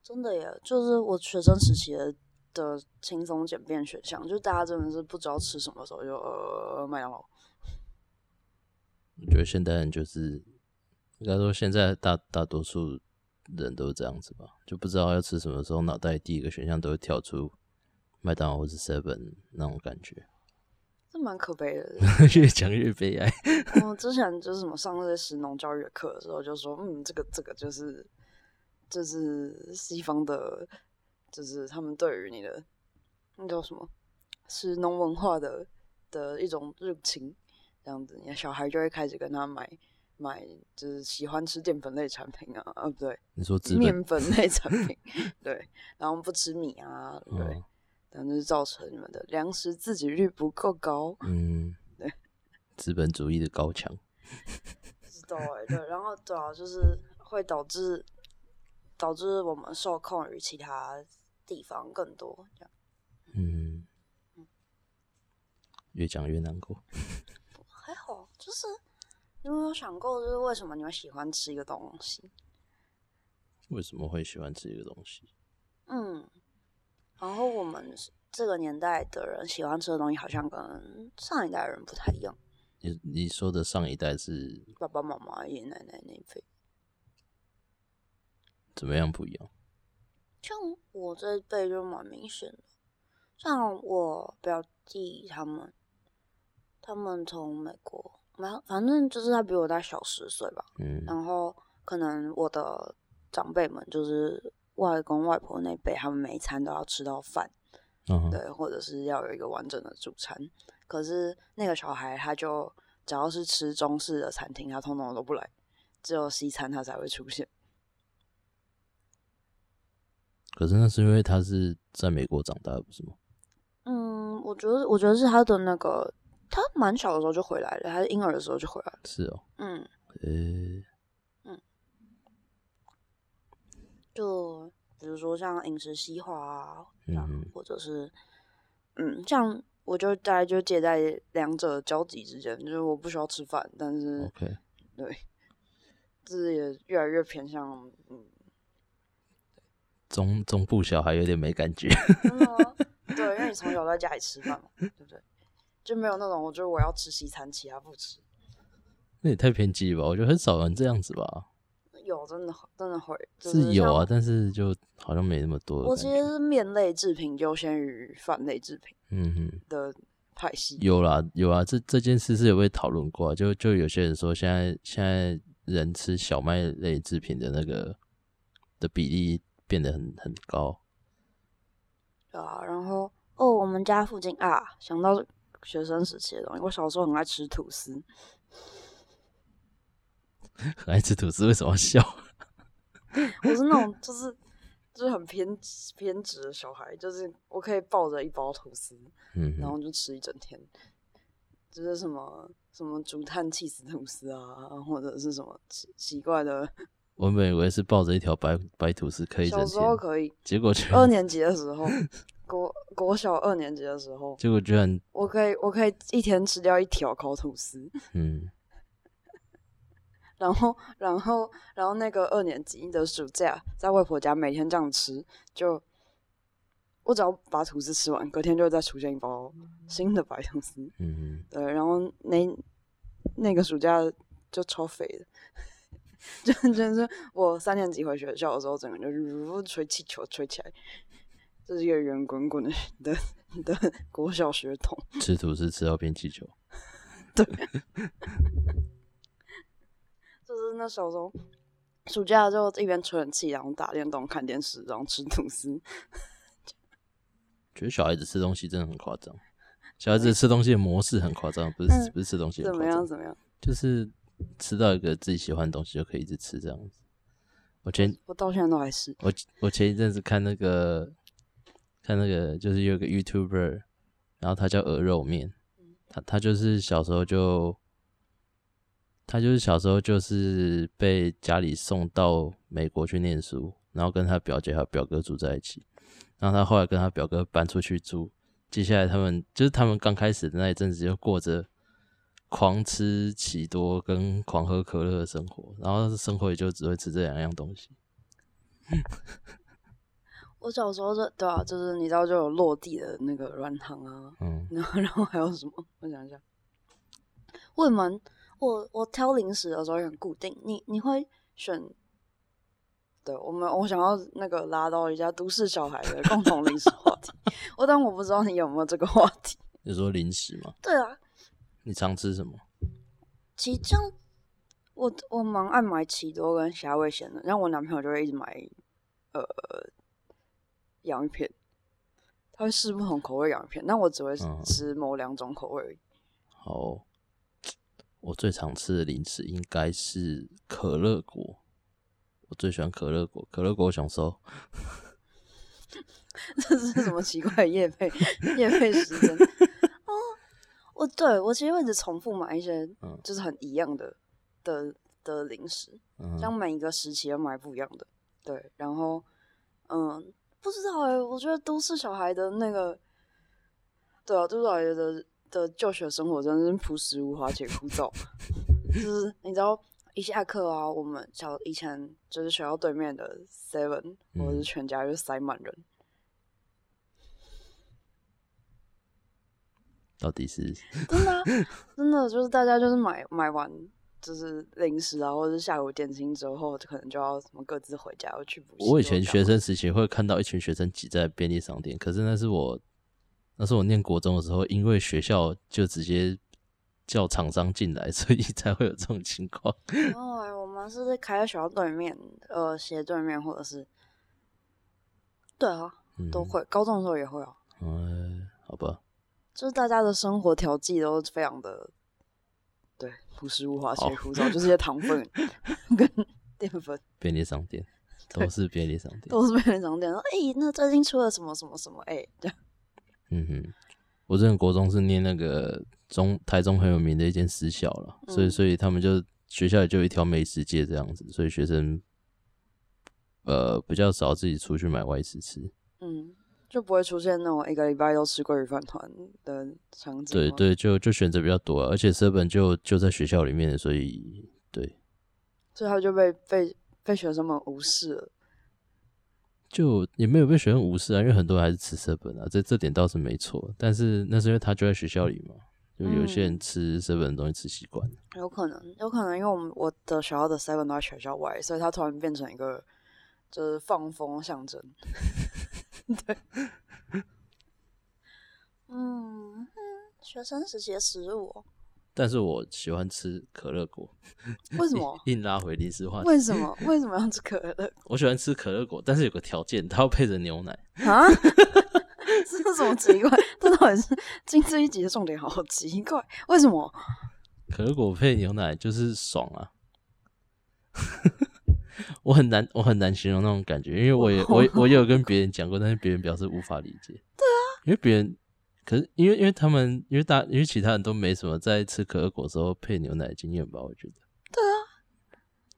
[SPEAKER 2] 真的耶，就是我学生时期的的轻松简便选项，就大家真的是不知道吃什么的时候就呃麦当劳。
[SPEAKER 1] 我觉得现代人就是，应该说现在大大多数人都是这样子吧，就不知道要吃什么的时候，脑袋第一个选项都会跳出麦当劳或是 Seven 那种感觉，
[SPEAKER 2] 这蛮可悲的，
[SPEAKER 1] 越讲越悲哀。
[SPEAKER 2] 我之前就是什么上那些神农教育的课的时候，就说，嗯，这个这个就是就是西方的，就是他们对于你的那叫什么食农文化的的一种热情，这样子，你的小孩就会开始跟他买买，就是喜欢吃淀粉类产品啊，啊不对，
[SPEAKER 1] 你说资本
[SPEAKER 2] 面粉类产品，对，然后不吃米啊，对，
[SPEAKER 1] 哦，
[SPEAKER 2] 然后就是造成你们的粮食自给率不够高，
[SPEAKER 1] 嗯
[SPEAKER 2] 对，
[SPEAKER 1] 资本主义的高墙，
[SPEAKER 2] 不知道哎、对，然后对啊，就是会导致导致我们受控于其他地方更多这样。
[SPEAKER 1] 嗯，越讲越难过。
[SPEAKER 2] 还好，就是你有没有想过，就是为什么你会喜欢吃一个东西？
[SPEAKER 1] 为什么会喜欢吃一个东西？
[SPEAKER 2] 嗯，然后我们这个年代的人喜欢吃的东西，好像跟上一代人不太一样。
[SPEAKER 1] 你你说的上一代是
[SPEAKER 2] 爸爸妈妈、爷爷奶奶那一辈，
[SPEAKER 1] 怎么样不一样？
[SPEAKER 2] 像我这一辈就蛮明显的。像我表弟他们，他们从美国，反反正就是他比我大小十岁吧，
[SPEAKER 1] 嗯
[SPEAKER 2] 然后可能我的长辈们就是外公外婆那辈，他们每一餐都要吃到饭，
[SPEAKER 1] 嗯
[SPEAKER 2] 对，或者是要有一个完整的主餐。可是那个小孩他就只要是吃中式的餐厅，他通通都不来，只有西餐他才会出现。
[SPEAKER 1] 可是那是因为他是在美国长大的，不是吗？
[SPEAKER 2] 嗯，我觉得我觉得是他的那个，他蛮小的时候就回来了，他是婴儿的时候就回来了。
[SPEAKER 1] 是哦，
[SPEAKER 2] 嗯，
[SPEAKER 1] 呃、
[SPEAKER 2] 就比如说像饮食西化啊，这样
[SPEAKER 1] 嗯
[SPEAKER 2] 或者是嗯，像我就大概就介在两者的交集之间，就是我不需要吃饭，但是
[SPEAKER 1] o k
[SPEAKER 2] 就是也越来越偏向嗯，
[SPEAKER 1] 中中部小孩有点没感觉。
[SPEAKER 2] 真的吗？对，因为你从小都在家里吃饭嘛，对不对？就没有那种我觉得我要吃西餐，其他不吃。
[SPEAKER 1] 那也太偏激了吧？我觉得很少人这样子吧，
[SPEAKER 2] 有真的真的会，就是
[SPEAKER 1] 是有啊，
[SPEAKER 2] 像
[SPEAKER 1] 但是就好像没那么多的
[SPEAKER 2] 我
[SPEAKER 1] 感
[SPEAKER 2] 其
[SPEAKER 1] 觉。
[SPEAKER 2] 实是面类制品优先于饭类制品
[SPEAKER 1] 嗯哼，
[SPEAKER 2] 的派系。
[SPEAKER 1] 有啦有啊，这这件事是有被讨论过啊、就就有些人说现在现在人吃小麦类制品的那个的比例变得很很高。
[SPEAKER 2] 对啊，然后哦，我们家附近啊，想到学生时期的东西，我小时候很爱吃吐司，
[SPEAKER 1] 很爱吃吐司，为什么要笑？
[SPEAKER 2] 我是那种就是就是很偏执偏执的小孩，就是我可以抱着一包吐司，
[SPEAKER 1] 嗯
[SPEAKER 2] 然
[SPEAKER 1] 哼，
[SPEAKER 2] 后就吃一整天，就是什么什么竹炭气死吐司啊，或者是什么奇奇怪的，
[SPEAKER 1] 我原本以为是抱着一条白白吐司可以一整
[SPEAKER 2] 小时候
[SPEAKER 1] 天，
[SPEAKER 2] 可以，
[SPEAKER 1] 结果居
[SPEAKER 2] 二
[SPEAKER 1] 然
[SPEAKER 2] 年级的时候， 国国小二年级的时候，
[SPEAKER 1] 结果居然
[SPEAKER 2] 我可以我可以一天吃掉一条烤吐司。
[SPEAKER 1] 嗯
[SPEAKER 2] 然后，然后，然后那个二年级的暑假，在外婆家每天这样吃，就我只要把吐司吃完，隔天就会再出现一包新的白吐司。
[SPEAKER 1] 嗯
[SPEAKER 2] 对，然后那那个暑假就超肥的， 就 就是我三年级回学校的时候，整个人就如吹气球吹起来，这是一个圆滚滚的 的的国小血统。
[SPEAKER 1] 哼，吃吐司吃到变气球，
[SPEAKER 2] 就是那小时候暑假就一边吹冷气，然后打电动、看电视，然后吃 吐司。
[SPEAKER 1] 觉得小孩子吃东西真的很夸张，小孩子吃东西的模式很夸张，不是、
[SPEAKER 2] 嗯
[SPEAKER 1] 不是吃东西很
[SPEAKER 2] 怎么
[SPEAKER 1] 夸
[SPEAKER 2] 样？
[SPEAKER 1] 张，
[SPEAKER 2] 怎么样？
[SPEAKER 1] 就是吃到一个自己喜欢的东西就可以一直吃这样子。我前
[SPEAKER 2] 我到现在都还是，
[SPEAKER 1] 我我前一阵子看那个看那个，就是有个 YouTuber，然后他叫鹅肉面，他他就是小时候就他就是小时候就是被家里送到美国去念书，然后跟他表姐还有表哥住在一起，然后他后来跟他表哥搬出去住，接下来他们就是他们刚开始的那一阵子就过着。狂吃奇多跟狂喝可乐的生活，然后生活也就只会吃这两样东西。
[SPEAKER 2] 我小时候就对啊，就是你知道就有落地的那个软糖啊，
[SPEAKER 1] 嗯，
[SPEAKER 2] 然后 然后还有什么？我想一下，我也蛮我我挑零食的时候也很固定，你你会选？对，我们我想要那个拉到一下都市小孩的共同零食话题， 我但我不知道你有没有这个话题。
[SPEAKER 1] 你说零食吗？
[SPEAKER 2] 对啊，
[SPEAKER 1] 你常吃什么？
[SPEAKER 2] 其实这样，我我蛮爱买奇多跟虾味鲜的，然后我男朋友就会一直买，呃，洋芋片，他会试不同口味洋芋片，但我只会
[SPEAKER 1] 嗯
[SPEAKER 2] 吃某两种口味而已。
[SPEAKER 1] 好，哦我最常吃的零食应该是可乐果，我最喜欢可乐果，可乐果我想收。
[SPEAKER 2] 这是什么奇怪的夜配夜配时间？哦，我对我其实会一直重复买一些
[SPEAKER 1] 嗯
[SPEAKER 2] 就是很一样的的的零食，
[SPEAKER 1] 嗯，
[SPEAKER 2] 像每一个时期要买不一样的。对，然后嗯，不知道哎、我觉得都市小孩的那个，对啊，都市小孩的的就学生活真的是朴实无华且枯燥， 就是你知道。一下课啊，我们小以前就是学校对面的 Seven 或者
[SPEAKER 1] 嗯
[SPEAKER 2] 是全家就塞满人，
[SPEAKER 1] 到底是
[SPEAKER 2] 真的啊、真的就是大家就是买买完就是零食啊，或者是下午点心之后，就可能就要什么各自回家，要去补习。
[SPEAKER 1] 我以前
[SPEAKER 2] 或者
[SPEAKER 1] 学
[SPEAKER 2] 干嘛
[SPEAKER 1] 生时期会看到一群学生挤在便利商店，可是那是我那是我念国中的时候，因为学校就直接叫厂商进来， 所以才会有这种情况。
[SPEAKER 2] 哦，哎我们是开在学校对面，呃，斜对面或者是，对啊，
[SPEAKER 1] 嗯
[SPEAKER 2] 都会，高中的时候也会啊，
[SPEAKER 1] 嗯，好吧，
[SPEAKER 2] 就是大家的生活调剂都非常的，对，朴实无华，
[SPEAKER 1] 好
[SPEAKER 2] 且枯燥，就是一些糖 分跟淀粉。
[SPEAKER 1] 便利商店都是便利商店。
[SPEAKER 2] 都是被人长点说，哎、那最近出了什么什么什么？哎、这样
[SPEAKER 1] 嗯哼，我之前国中是念那个中台中很有名的一间私校了，所以
[SPEAKER 2] 嗯
[SPEAKER 1] 所以他们就学校里就有一条美食街这样子，所以学生呃比较少自己出去买外食吃。
[SPEAKER 2] 嗯，就不会出现那种一个礼拜都吃鲑鱼饭团的场景。
[SPEAKER 1] 对，对，就就选择比较多、啊，而且 seven 就就在学校里面，所以对，
[SPEAKER 2] 所以他就被被被学生们无视了。
[SPEAKER 1] 就也没有被学生无视啊，因为很多人还是吃 seven 啊，这这点倒是没错。但是那是因为他就在学校里嘛，就有些人
[SPEAKER 2] 嗯
[SPEAKER 1] 吃 seven 的东西吃习惯了，
[SPEAKER 2] 有可能，有可能，因为我们我的学校的 seven 都在学校外，所以他突然变成一个就是放风象征。 对，嗯，学生时期的食物哦、
[SPEAKER 1] 但是我喜欢吃可乐果，？
[SPEAKER 2] 为什么
[SPEAKER 1] 硬拉回零食话题。
[SPEAKER 2] 为什么？为什么要吃可乐
[SPEAKER 1] 我喜欢吃可乐果，但是有个条件，它要配着牛奶。
[SPEAKER 2] 啊？ 这是什么奇怪？这到底是今这一集的重点，好奇怪。为什么？
[SPEAKER 1] 可乐果配牛奶就是爽啊！ 我很难，我很难形容那种感觉，因为我也我也我也有跟别人讲过，但是别人表示无法理解。对啊，因为别人可是因为因为他们因为大因为其他人都没什么在吃可乐果的时候配牛奶的经验吧，我觉得。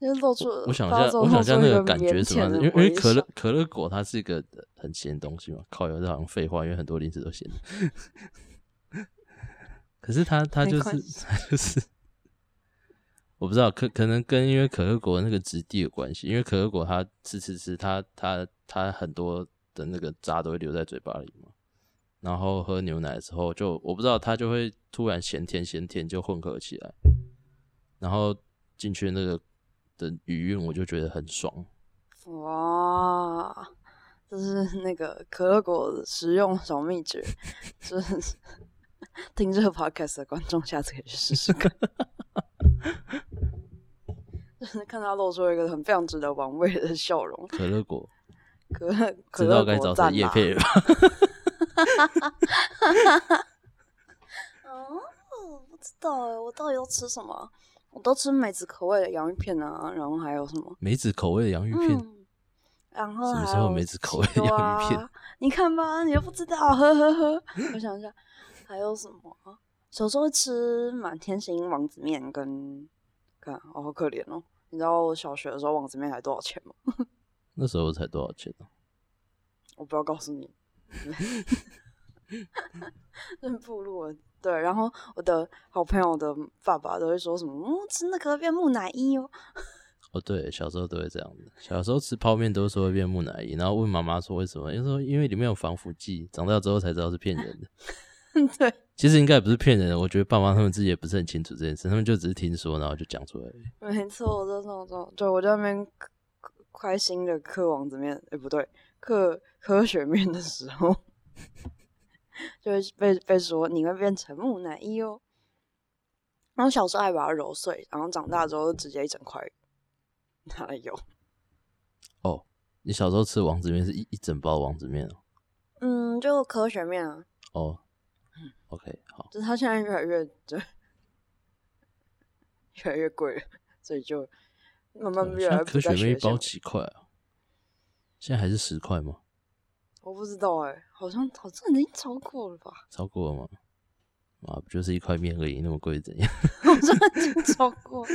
[SPEAKER 2] 就是露出
[SPEAKER 1] 我想一
[SPEAKER 2] 发
[SPEAKER 1] 下，
[SPEAKER 2] 出
[SPEAKER 1] 我想一下
[SPEAKER 2] 露出
[SPEAKER 1] 那
[SPEAKER 2] 一
[SPEAKER 1] 感觉
[SPEAKER 2] 腼
[SPEAKER 1] 是什么样
[SPEAKER 2] 腆
[SPEAKER 1] 子，
[SPEAKER 2] 的
[SPEAKER 1] 因为因为
[SPEAKER 2] 微
[SPEAKER 1] 可乐
[SPEAKER 2] 笑
[SPEAKER 1] 可乐果它是一个很咸的东西嘛，靠油这好像废话，因为很多零食都咸的。 可是它它
[SPEAKER 2] 没
[SPEAKER 1] 就是
[SPEAKER 2] 关系
[SPEAKER 1] 它就是，我不知道，可可能跟因为可乐果那个质地有关系，因为可乐果它吃吃吃，它它它很多的那个渣都会留在嘴巴里嘛。然后喝牛奶的时候就，我不知道它就会突然咸甜咸甜就混合起来，然后进去那个的余韵，我就觉得很爽。
[SPEAKER 2] 哇，这是那个可乐果的食用小秘诀，就是听这个 podcast 的观众下次可以去试试看。 就是看他露出一个很非常值得玩味的笑容，
[SPEAKER 1] 可乐果
[SPEAKER 2] 可乐可
[SPEAKER 1] 知道
[SPEAKER 2] 乐
[SPEAKER 1] 该
[SPEAKER 2] 果
[SPEAKER 1] 找谁
[SPEAKER 2] 赞
[SPEAKER 1] 叶
[SPEAKER 2] 啦！
[SPEAKER 1] 配了吧？
[SPEAKER 2] 哦，不知道哎，我到底都吃什么啊？我都吃梅子口味的洋芋片啊，然后还有什么？
[SPEAKER 1] 梅子口味的洋芋片，
[SPEAKER 2] 嗯，然
[SPEAKER 1] 什
[SPEAKER 2] 后
[SPEAKER 1] 么
[SPEAKER 2] 还
[SPEAKER 1] 时候
[SPEAKER 2] 有
[SPEAKER 1] 梅子口味
[SPEAKER 2] 西
[SPEAKER 1] 洋芋
[SPEAKER 2] 瓜
[SPEAKER 1] 片？
[SPEAKER 2] 你看吧，你都不知道，呵呵呵。我想一下，还有什么啊？小时候会吃满天星王子面跟，看，哦，好可怜哦。你知道我小学的时候王子面才多少钱吗？
[SPEAKER 1] 那时候才多少钱啊？
[SPEAKER 2] 我不要告诉你，真暴露了。对，然后我的好朋友的爸爸都会说什么，嗯，吃那个变木乃伊哦。
[SPEAKER 1] 哦，对，小时候都会这样子。小时候吃泡面都说会变木乃伊，然后问妈妈说为什么？因为说因为里面有防腐剂。长大之后才知道是骗人的。
[SPEAKER 2] 对，
[SPEAKER 1] 其实应该也不是骗人的，我觉得爸妈他们自己也不是很清楚这件事，他们就只是听说，然后就讲出来而已。
[SPEAKER 2] 没错，我就是那种，对我在那边嗑嗑开心的嗑王子面，哎、不对，嗑科学面的时候， 就会被被说你会变成木乃伊哦。然后小时候还把它揉碎，然后长大之后就直接一整块 拿来油。
[SPEAKER 1] 哦，你小时候吃王子面是一一整包王子面哦。
[SPEAKER 2] 嗯，就科学面啊，嗯
[SPEAKER 1] 哦，OK，好，
[SPEAKER 2] 就是它现在越来越对。越来越贵了，所以就慢慢
[SPEAKER 1] 嗯
[SPEAKER 2] 越
[SPEAKER 1] 现
[SPEAKER 2] 来
[SPEAKER 1] 在
[SPEAKER 2] 越
[SPEAKER 1] 可
[SPEAKER 2] 不
[SPEAKER 1] 雪
[SPEAKER 2] 在
[SPEAKER 1] 妹
[SPEAKER 2] 学校
[SPEAKER 1] 包。几块啊？现在还是十块吗？
[SPEAKER 2] 我不知道哎、好像好像已经超过了吧？
[SPEAKER 1] 超过了吗？啊，不就是一块面而已，那么贵怎样？
[SPEAKER 2] 好像已经超过。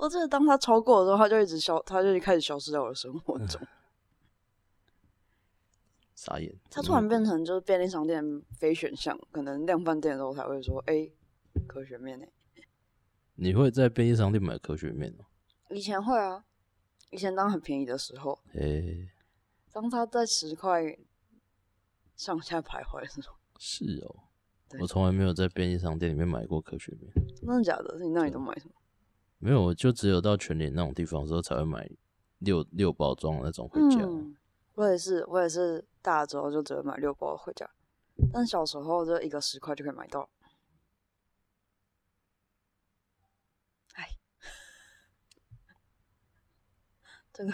[SPEAKER 2] 我真的当它超过的时候，它就一直消，它就开始消失在我的生活中。
[SPEAKER 1] 傻眼！嗯
[SPEAKER 2] 它
[SPEAKER 1] 怎
[SPEAKER 2] 突
[SPEAKER 1] 么
[SPEAKER 2] 然变成就是便利商店非选项，可能量贩店的时候才会说，哎、科学面呢、
[SPEAKER 1] 你会在便利商店买科学面哦、
[SPEAKER 2] 以前会啊，以前当很便宜的时候，
[SPEAKER 1] 诶、
[SPEAKER 2] 当它在十块上下徘徊的时候，
[SPEAKER 1] 是哦、
[SPEAKER 2] 对
[SPEAKER 1] 我从来没有在便利商店里面买过科学面，
[SPEAKER 2] 真的假的？你那里都买什么？
[SPEAKER 1] 没有，我就只有到全联那种地方的时候才会买六六包装的那种回家。
[SPEAKER 2] 嗯，我也是，我也是大了之后就只会买六包回家，但小时候就一个十块就可以买到。哎， 这个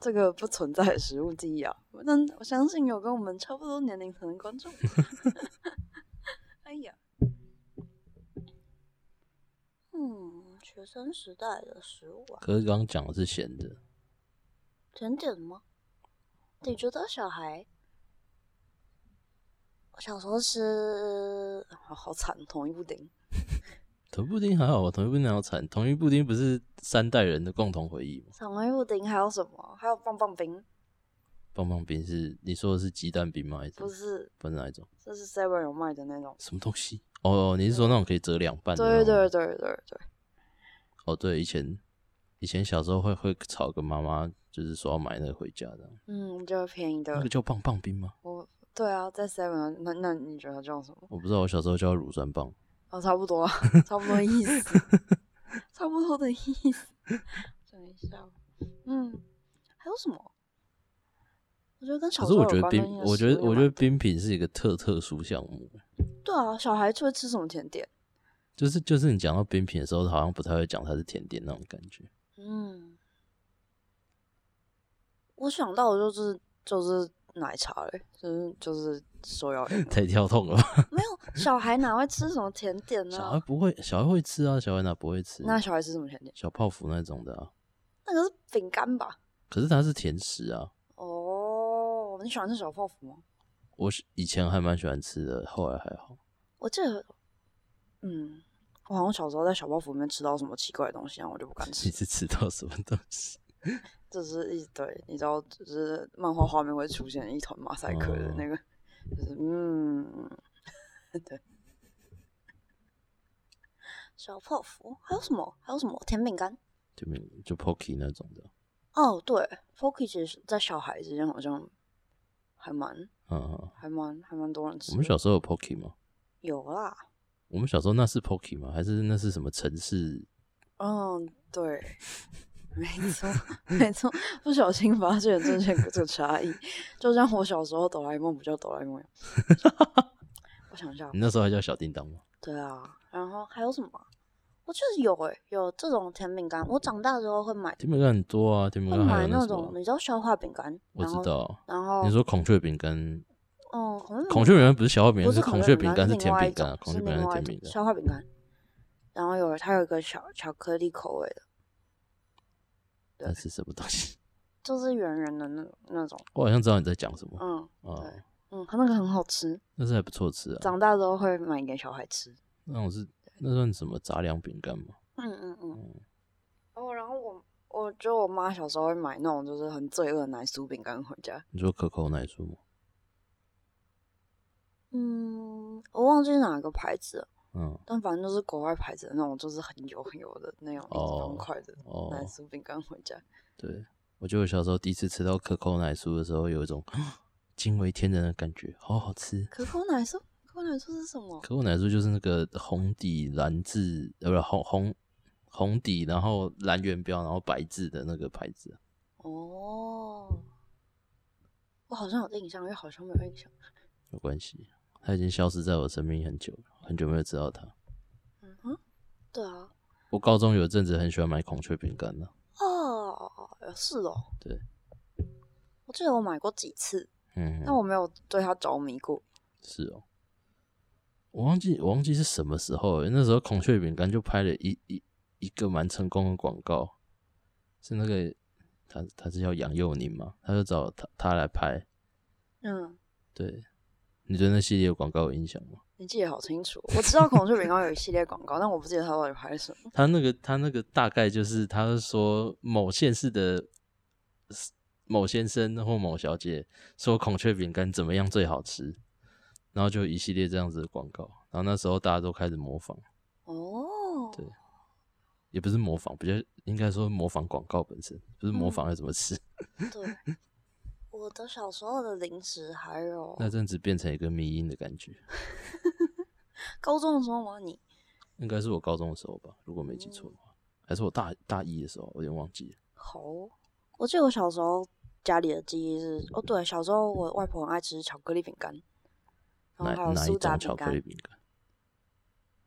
[SPEAKER 2] 这个不存在的食物记忆啊，但我相信有跟我们差不多年龄层的观众。 哎呀，嗯，学生时代的食物啊。
[SPEAKER 1] 可是刚刚讲的是咸的，
[SPEAKER 2] 甜点吗？你觉得小孩？我小时候吃，好好惨，同一布丁。
[SPEAKER 1] 同一布丁还好吧？同一布丁好惨，同一布丁不是三代人的共同回忆吗？
[SPEAKER 2] 同一布丁还有什么？还有棒棒冰？
[SPEAKER 1] 棒棒冰是你说的是鸡蛋冰吗？还是
[SPEAKER 2] 不是，
[SPEAKER 1] 不是哪一种？
[SPEAKER 2] 这是 Seven 有卖的那种。
[SPEAKER 1] 什么东西？哦，哦你是说那种可以折两半的那
[SPEAKER 2] 对
[SPEAKER 1] 种？
[SPEAKER 2] 对对对对，
[SPEAKER 1] 哦，对，以前以前小时候会会吵跟妈妈，就是说要买那个回家的，
[SPEAKER 2] 嗯，就是便宜
[SPEAKER 1] 那
[SPEAKER 2] 的
[SPEAKER 1] 个。叫棒棒冰吗？
[SPEAKER 2] 我，对啊，在 Seven，那那你觉得叫什么？
[SPEAKER 1] 我不知道，我小时候叫它乳酸棒。
[SPEAKER 2] 哦，差不多啊，差不多意思， 差不多的意思。等一下，嗯，还有什么？我觉得跟小
[SPEAKER 1] 可
[SPEAKER 2] 时
[SPEAKER 1] 是我
[SPEAKER 2] 候有
[SPEAKER 1] 觉得
[SPEAKER 2] 关的
[SPEAKER 1] 冰，
[SPEAKER 2] 那个
[SPEAKER 1] 我
[SPEAKER 2] 食
[SPEAKER 1] 觉得
[SPEAKER 2] 物有
[SPEAKER 1] 我觉
[SPEAKER 2] 蛮
[SPEAKER 1] 得冰品是一个特特殊项目，欸
[SPEAKER 2] 对啊，小孩就会吃什么甜点？
[SPEAKER 1] 就是就是你讲到冰品的时候，好像不太会讲它是甜点那种感觉。
[SPEAKER 2] 嗯，我想到的就是就是奶茶嘞、就是就是手 摇饮啊
[SPEAKER 1] 太跳痛了吧？
[SPEAKER 2] 没有小孩哪会吃什么甜点呢、
[SPEAKER 1] 小孩不会，小孩会吃啊，小孩哪不会吃？
[SPEAKER 2] 那小孩吃什么甜点？
[SPEAKER 1] 小泡芙那种的啊，
[SPEAKER 2] 那个是饼干吧？
[SPEAKER 1] 可是它是甜食啊。
[SPEAKER 2] 哦，你喜欢吃小泡芙吗？
[SPEAKER 1] 我是以前还蛮喜欢吃的，后来还好。
[SPEAKER 2] 我记得，嗯，我好像小时候在小泡芙里面吃到什么奇怪的东西，然后我就不敢
[SPEAKER 1] 你
[SPEAKER 2] 吃。
[SPEAKER 1] 是吃到什么东西？
[SPEAKER 2] 这是一对，你知道，就是漫画画面会出现一团马赛克的
[SPEAKER 1] 哦
[SPEAKER 2] 那个，就是嗯， 对。小泡芙还有什么？还有什么甜饼干？
[SPEAKER 1] 就没有就 Pocky 那种的，
[SPEAKER 2] 哦，对 p o c k y 其实在小孩之间好像还蛮
[SPEAKER 1] 嗯，嗯
[SPEAKER 2] 还蛮还蛮多人吃
[SPEAKER 1] 我。们小时候有 Pocky 吗？
[SPEAKER 2] 有啦，
[SPEAKER 1] 我们小时候那是 Pocky 吗？还是那是什么城市？
[SPEAKER 2] 嗯，对，没错，没错，不小心发现这些这个差异，就像我小时候哆啦 A 梦不叫哆啦 A 梦一样。 我想一下，
[SPEAKER 1] 你那时候还叫小叮当吗？
[SPEAKER 2] 对啊，然后还有什么啊？我确实有诶、有这种甜饼干。我长大之后会买，
[SPEAKER 1] 甜饼干很多啊，甜饼
[SPEAKER 2] 会
[SPEAKER 1] 干还
[SPEAKER 2] 买
[SPEAKER 1] 有那
[SPEAKER 2] 那
[SPEAKER 1] 什
[SPEAKER 2] 种
[SPEAKER 1] 么，
[SPEAKER 2] 你知道消化饼干，
[SPEAKER 1] 我
[SPEAKER 2] 然
[SPEAKER 1] 知
[SPEAKER 2] 后
[SPEAKER 1] 道。啊
[SPEAKER 2] 然后
[SPEAKER 1] 你说孔雀饼干，
[SPEAKER 2] 嗯，孔雀
[SPEAKER 1] 孔雀饼干不是小画饼
[SPEAKER 2] 不
[SPEAKER 1] 干，
[SPEAKER 2] 是
[SPEAKER 1] 孔雀
[SPEAKER 2] 雀
[SPEAKER 1] 饼
[SPEAKER 2] 干，
[SPEAKER 1] 干
[SPEAKER 2] 是另
[SPEAKER 1] 甜
[SPEAKER 2] 外一
[SPEAKER 1] 饼
[SPEAKER 2] 种
[SPEAKER 1] 干啊，孔
[SPEAKER 2] 是
[SPEAKER 1] 雀饼干
[SPEAKER 2] 另外
[SPEAKER 1] 甜
[SPEAKER 2] 一
[SPEAKER 1] 饼
[SPEAKER 2] 种
[SPEAKER 1] 干。
[SPEAKER 2] 消化饼干，然后有它有一个小巧克力口味的，
[SPEAKER 1] 那是什么东西？
[SPEAKER 2] 就是圆圆的那那种，
[SPEAKER 1] 我好像知道你在讲什么
[SPEAKER 2] 嗯
[SPEAKER 1] 啊，
[SPEAKER 2] 对嗯，它那个很好吃，
[SPEAKER 1] 那是还不错吃啊。
[SPEAKER 2] 长大之后会买给小孩吃。
[SPEAKER 1] 那种是那算什么杂粮饼干吗？
[SPEAKER 2] 嗯嗯嗯。哦，然后我我觉得我妈小时候会买那种就是很罪恶的奶酥饼干回家，
[SPEAKER 1] 你说可口奶酥吗？
[SPEAKER 2] 嗯，我忘记哪个牌子了，
[SPEAKER 1] 嗯，
[SPEAKER 2] 但反正就是国外牌子的那种，就是很油很油的那种一
[SPEAKER 1] 哦
[SPEAKER 2] 方块的
[SPEAKER 1] 哦
[SPEAKER 2] 奶酥饼干回家。
[SPEAKER 1] 对，我记得我小时候第一次吃到可口奶酥的时候，有一种 惊为天人的感觉，好好吃。
[SPEAKER 2] 可口奶酥，可口奶酥是什么？
[SPEAKER 1] 可口奶酥就是那个红底蓝字，呃，不是红红红底，然后蓝圆标，然后白字的那个牌子。啊
[SPEAKER 2] 哦，我好像有印象，又好像没有印象。
[SPEAKER 1] 有关系，它已经消失在我生命很久了，很久没有吃到它。
[SPEAKER 2] 嗯哼，对啊，
[SPEAKER 1] 我高中有一阵子很喜欢买孔雀饼干呢，
[SPEAKER 2] 哦，是哦，
[SPEAKER 1] 对，
[SPEAKER 2] 我记得我买过几次，
[SPEAKER 1] 嗯，
[SPEAKER 2] 但我没有对它着迷过。
[SPEAKER 1] 是哦，我忘记我忘记是什么时候了，那时候孔雀饼干就拍了一一一个蛮成功的广告，是那个他他是叫杨佑宁嘛，他就找他他来拍。
[SPEAKER 2] 嗯，
[SPEAKER 1] 对，你对那系列有广告有印象吗？
[SPEAKER 2] 你记得好清楚。我知道孔雀饼干有一系列广告，但我不记得它到底拍什么。
[SPEAKER 1] 他那个他那个大概就是他是说某县市的某先生或某小姐说孔雀饼干怎么样最好吃，然后就一系列这样子的广告，然后那时候大家都开始模仿。
[SPEAKER 2] 哦，
[SPEAKER 1] 对也不是模仿，比较应该说模仿广告本身，不是模
[SPEAKER 2] 嗯
[SPEAKER 1] 仿要怎么吃。
[SPEAKER 2] 对，我的小时候的零食还有
[SPEAKER 1] 那阵子变成一个迷音的感觉，
[SPEAKER 2] 高中的时候吗？你
[SPEAKER 1] 应该是我高中的时候吧，如果没记错的话，还是我大大一的时候，我有点忘记了。
[SPEAKER 2] 好，我记得我小时候家里的记忆是，哦对，小时候我外婆很爱吃巧克力饼干，然哦后还
[SPEAKER 1] 哪
[SPEAKER 2] 有
[SPEAKER 1] 哪一
[SPEAKER 2] 苏打
[SPEAKER 1] 种
[SPEAKER 2] 饼
[SPEAKER 1] 巧克力
[SPEAKER 2] 干
[SPEAKER 1] 饼干？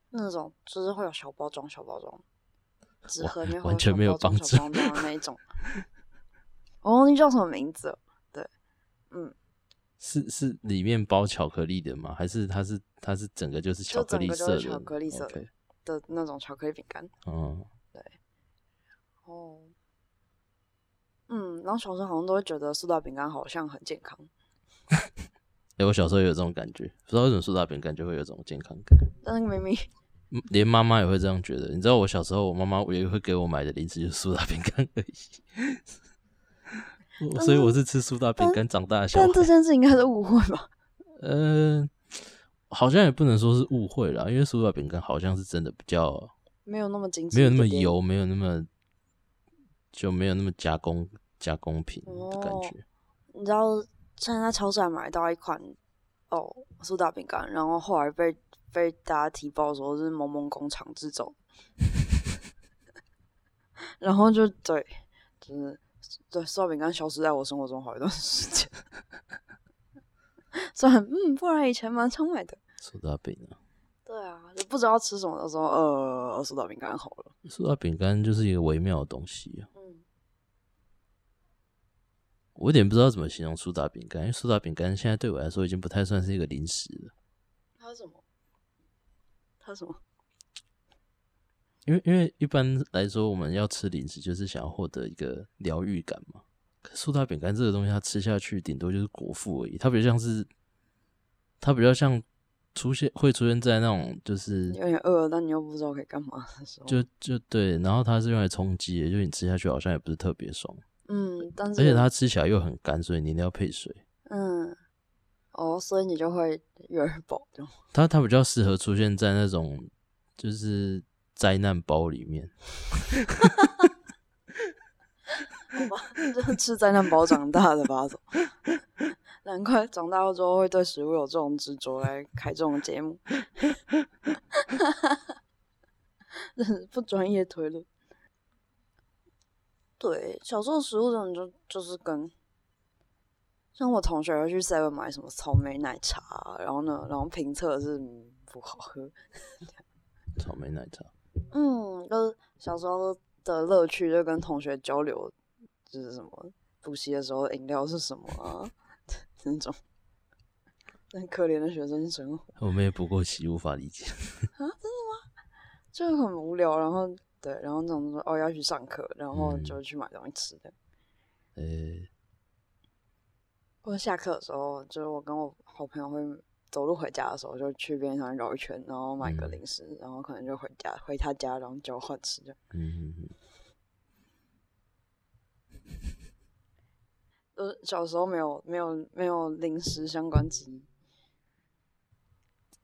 [SPEAKER 2] 那种，就是会有小包装、小包装，纸
[SPEAKER 1] 哇
[SPEAKER 2] 盒里面会
[SPEAKER 1] 完全没有
[SPEAKER 2] 小包
[SPEAKER 1] 帮
[SPEAKER 2] 装小包装的那一种。我忘记叫什么名字了，
[SPEAKER 1] 是是里面包巧克力的吗？还是它是它是整个就是巧克力色
[SPEAKER 2] 就整个就是
[SPEAKER 1] 的？
[SPEAKER 2] 巧克力色的
[SPEAKER 1] OK，
[SPEAKER 2] 的那种巧克力饼干。
[SPEAKER 1] 嗯，
[SPEAKER 2] 哦，嗯，然后小时候好像都会觉得苏打饼干好像很健康。
[SPEAKER 1] 哎、我小时候也有这种感觉，不知道为什么苏打饼干就会有这种健康感，
[SPEAKER 2] 但是明明
[SPEAKER 1] 嗯连妈妈也会这样觉得。你知道我小时候，我妈妈也会给我买的零食就是苏打饼干而已。 我所以我是吃苏打饼干长大的小孩
[SPEAKER 2] 但。这件事应该是误会吧？
[SPEAKER 1] 嗯，好像也不能说是误会啦，因为苏打饼干好像是真的比较
[SPEAKER 2] 没有那么精致，
[SPEAKER 1] 没有那么。油，没有那么就没有那么加工加工品的感觉。
[SPEAKER 2] 你知道现在超市还买到一款哦苏打饼干，然后后来被被大家提报说是某某工厂制造， 然后就对，就是对苏打饼干消失在我生活中好一段时间。 虽然嗯，不然以前蛮常买的。
[SPEAKER 1] 苏打饼啊，
[SPEAKER 2] 对啊，就不知道吃什么的时候，呃，苏打饼干好了。
[SPEAKER 1] 苏打饼干就是一个微妙的东西啊，
[SPEAKER 2] 嗯，
[SPEAKER 1] 我有点不知道怎么形容苏打饼干，因为苏打饼干现在对我来说已经不太算是一个零食了，
[SPEAKER 2] 它是什么？它是什么？
[SPEAKER 1] 因为因为一般来说我们要吃零食就是想要获得一个疗愈感嘛。可苏打饼干这个东西，它吃下去顶多就是果腹而已，它比较像是，它比较像出现会出现在那种就是
[SPEAKER 2] 有点饿，但你又不知道可以干嘛的时候。
[SPEAKER 1] 就就对，然后它是用来充饥的，就是你吃下去好像也不是特别爽，
[SPEAKER 2] 嗯，但
[SPEAKER 1] 而
[SPEAKER 2] 是
[SPEAKER 1] 且它吃起来又很干，所以你一定要配水。
[SPEAKER 2] 嗯，哦，所以你就会越来越饱这样。
[SPEAKER 1] 它它比较适合出现在那种就是灾难包里面，
[SPEAKER 2] 好吧， 就是吃灾难包长大的吧？总 难怪长大之后会对食物有这种执着，来开这种节目， 真是不专业推论。对，小时候食物真的就就是跟，像我同学会去 seven 买什么草莓奶茶，啊然后呢，然后评测是嗯不好喝，
[SPEAKER 1] 草莓奶茶。
[SPEAKER 2] 嗯，就是小时候的乐趣，就跟同学交流，就是什么补习的时候饮料是什么啊， 那种。很可怜的学生生活
[SPEAKER 1] 我们也不过期，无法理解。
[SPEAKER 2] 就很无聊，然后对，然后那种说哦要去上课，然后
[SPEAKER 1] 嗯
[SPEAKER 2] 就去买东西吃的。
[SPEAKER 1] 呃、
[SPEAKER 2] 或者下课的时候，就是我跟我好朋友会走路回家的时候，就去边上绕一圈，然后买个
[SPEAKER 1] 嗯
[SPEAKER 2] 零食，然后可能就回家回他家，然后交换吃的。
[SPEAKER 1] 嗯，
[SPEAKER 2] 呃，小时候没有没有没有零食相关记忆，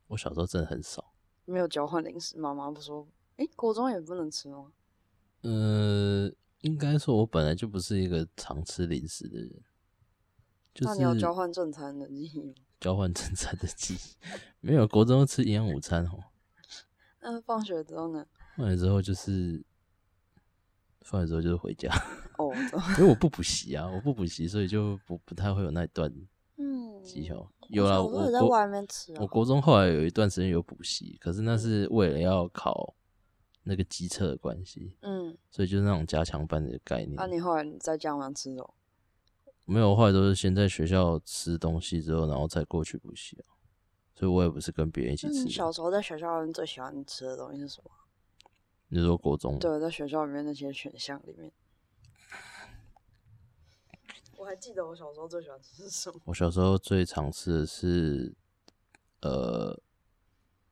[SPEAKER 1] 我小时候真的很少。
[SPEAKER 2] 没有交换零食，妈妈不说，诶，国中也不能吃吗？
[SPEAKER 1] 呃，应该说我本来就不是一个常吃零食的人，就
[SPEAKER 2] 那
[SPEAKER 1] 是
[SPEAKER 2] 你有交换正餐的记忆吗？
[SPEAKER 1] 交换 正餐的记忆。没有，国中吃营养午餐哦。
[SPEAKER 2] 那放学之后呢？
[SPEAKER 1] 放学之后就是，放学之后就是回家，
[SPEAKER 2] 哦，怎么
[SPEAKER 1] 因为我不补习啊，我不补习，所以就不不太会有那一段
[SPEAKER 2] 嗯，
[SPEAKER 1] 绩效。有啦，
[SPEAKER 2] 小时候
[SPEAKER 1] 我
[SPEAKER 2] 也在
[SPEAKER 1] 国
[SPEAKER 2] 外面吃啊
[SPEAKER 1] 我国中后来有一段时间有补习，可是那是为了要考那个机测的关系，
[SPEAKER 2] 嗯，
[SPEAKER 1] 所以就是那种加强班的概念。
[SPEAKER 2] 那、啊你后来在家玩吃什么？
[SPEAKER 1] 没有，后来都是先在学校吃东西之后，然后再过去补习、啊。所以我也不是跟别人一起
[SPEAKER 2] 那你
[SPEAKER 1] 吃的。
[SPEAKER 2] 小时候在学校里面最喜欢吃的东西是什么？
[SPEAKER 1] 你是说国中吗？
[SPEAKER 2] 对，在学校里面那些选项里面，我还记得我小时候最喜欢吃什么。
[SPEAKER 1] 我小时候最常吃的是，呃，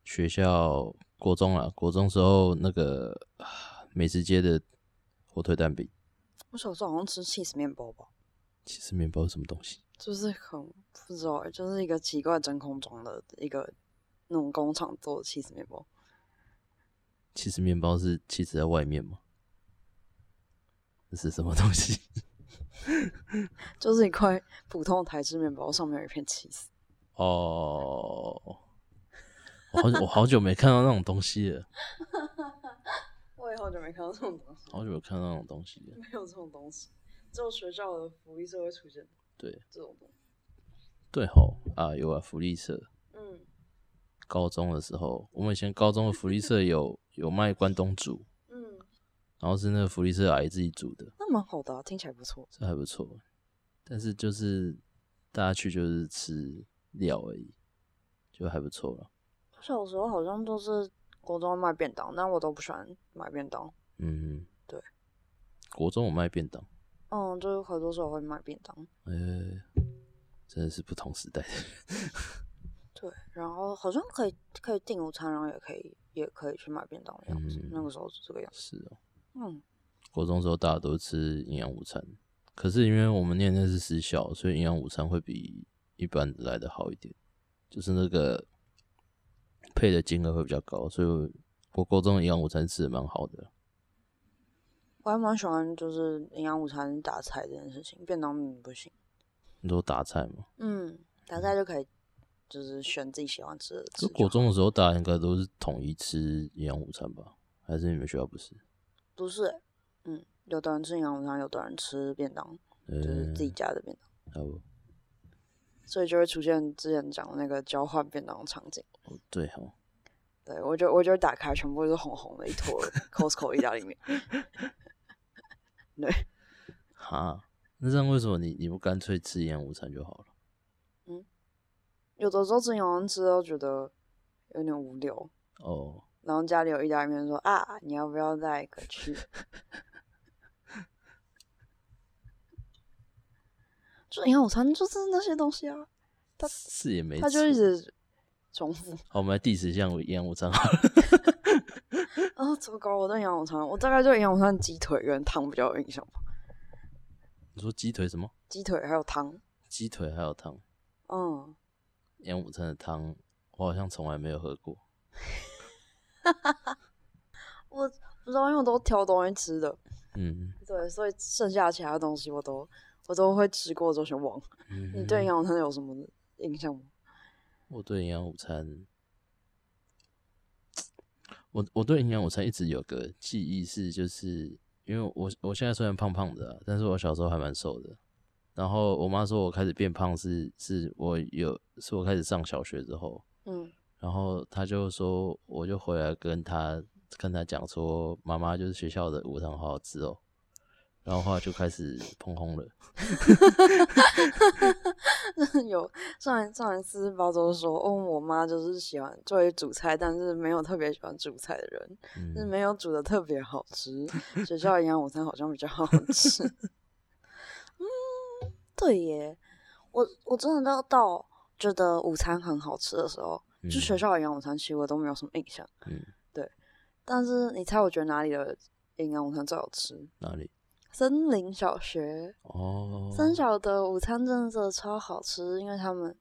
[SPEAKER 1] 学校国中啦，国中时候那个啊美食街的火腿蛋饼，
[SPEAKER 2] 我小时候好像吃 cheese 面包吧，
[SPEAKER 1] 其实面包是什么东西？
[SPEAKER 2] 就是很不知道欸，就是一个奇怪真空装的一个那种工厂做的 cheese 面包，
[SPEAKER 1] 其实面包是其实在外面吗？这是什么东西？
[SPEAKER 2] 就是一块普通的台式面包，上面有一片 cheese。
[SPEAKER 1] 哦，我好久我好久没看到那种东西了，
[SPEAKER 2] 我也好久没看到这种东西，
[SPEAKER 1] 好久没看到那种东西了。
[SPEAKER 2] 哦没有这种东西，只有学校的福利社会出现
[SPEAKER 1] 对
[SPEAKER 2] 这种东西。
[SPEAKER 1] 对吼啊，有啊，福利社。
[SPEAKER 2] 嗯，
[SPEAKER 1] 高中的时候，我们以前高中的福利社有有卖关东煮，
[SPEAKER 2] 嗯，
[SPEAKER 1] 然后是那个福利社阿姨自己煮的，
[SPEAKER 2] 那蛮好的啊、听起来不错。
[SPEAKER 1] 这还不错。但是就是大家去就是吃料而已，就还不错了。
[SPEAKER 2] 我小时候好像都是国中卖便当，但我都不喜欢买便当。
[SPEAKER 1] 嗯，
[SPEAKER 2] 对。
[SPEAKER 1] 国中我卖便当，
[SPEAKER 2] 嗯，就是很多时候会买便当。
[SPEAKER 1] 呃、真的是不同时代的人。
[SPEAKER 2] 对，然后好像可以可以订午餐，然后也可以也可以去买便当的样子。
[SPEAKER 1] 嗯
[SPEAKER 2] 那个时候是这个样子。
[SPEAKER 1] 是哦、
[SPEAKER 2] 嗯，
[SPEAKER 1] 国中时候大家都吃营养午餐，可是因为我们念的是私校，所以营养午餐会比一般的来的好一点，就是那个配的金额会比较高，所以我国中的营养午餐吃的蛮好的。
[SPEAKER 2] 我还蛮喜欢就是营养午餐打菜这件事情，便当嗯不行。
[SPEAKER 1] 你说打菜吗？
[SPEAKER 2] 嗯，打菜就可以就是选自己喜欢吃的吃
[SPEAKER 1] 就
[SPEAKER 2] 就好。
[SPEAKER 1] 国中的时候大家应该都是统一吃营养午餐吧？还是你们学校不是？
[SPEAKER 2] 不是欸、嗯，有的人吃营养午餐，有的人吃便当，就是自己家的便当，
[SPEAKER 1] 还有
[SPEAKER 2] 所以就会出现之前讲的那个交换便当的场景。
[SPEAKER 1] 哦对哦，
[SPEAKER 2] 对我就我就打开，全部都是红红的一坨 Costco 意大利面。
[SPEAKER 1] 哈，那这样为什么你你不干脆吃营养午餐就好了？
[SPEAKER 2] 有的时候吃营养吃都觉得有点无聊，
[SPEAKER 1] 哦，
[SPEAKER 2] 然后家里有意大利面，说啊，你要不要带一个去？ 就营养午餐就是那些东西啊，他
[SPEAKER 1] 是也没错，
[SPEAKER 2] 他就一直重 复。
[SPEAKER 1] 好，我们来第十项营养午餐好 了。
[SPEAKER 2] 啊，糟糕！我对营养午餐，我大概对营养午餐的鸡腿跟汤比较有印象吧。
[SPEAKER 1] 你说鸡腿什么？
[SPEAKER 2] 鸡腿还有汤，
[SPEAKER 1] 鸡腿还有汤，
[SPEAKER 2] 嗯，
[SPEAKER 1] 盐午餐的汤，我好像从来没有喝过。
[SPEAKER 2] 我不知道，因为我都挑东西吃的，
[SPEAKER 1] 嗯，
[SPEAKER 2] 对，所以剩下其他东西我都我都会吃过之后全忘。你对
[SPEAKER 1] 嗯
[SPEAKER 2] 营养午餐有什么印象吗？
[SPEAKER 1] 我对营养午餐，我我对营养午餐一直有个记忆是，就是因为我我现在虽然胖胖的、啊，但是我小时候还蛮瘦的。然后我妈说我开始变胖是是我有是我开始上小学之后，
[SPEAKER 2] 嗯，
[SPEAKER 1] 然后她就说我就回来跟她跟她讲说，妈妈就是学校的午餐好好吃哦。然后后来就开始碰轰了。
[SPEAKER 2] 有上一上一次包周说，哦，我妈就是喜欢就会煮菜，但是没有特别喜欢煮菜的人，
[SPEAKER 1] 嗯
[SPEAKER 2] 是没有煮的特别好吃。学校营养午餐好像比较好吃。嗯，对耶，我我真的到到觉得午餐很好吃的时候，
[SPEAKER 1] 嗯
[SPEAKER 2] 就学校营养午餐其实我都没有什么印象。
[SPEAKER 1] 嗯，
[SPEAKER 2] 对。但是你猜我觉得哪里的营养午餐最好吃？
[SPEAKER 1] 哪里？
[SPEAKER 2] 森林小学，
[SPEAKER 1] 哦，
[SPEAKER 2] 森小的午餐真的超好吃，因为他们，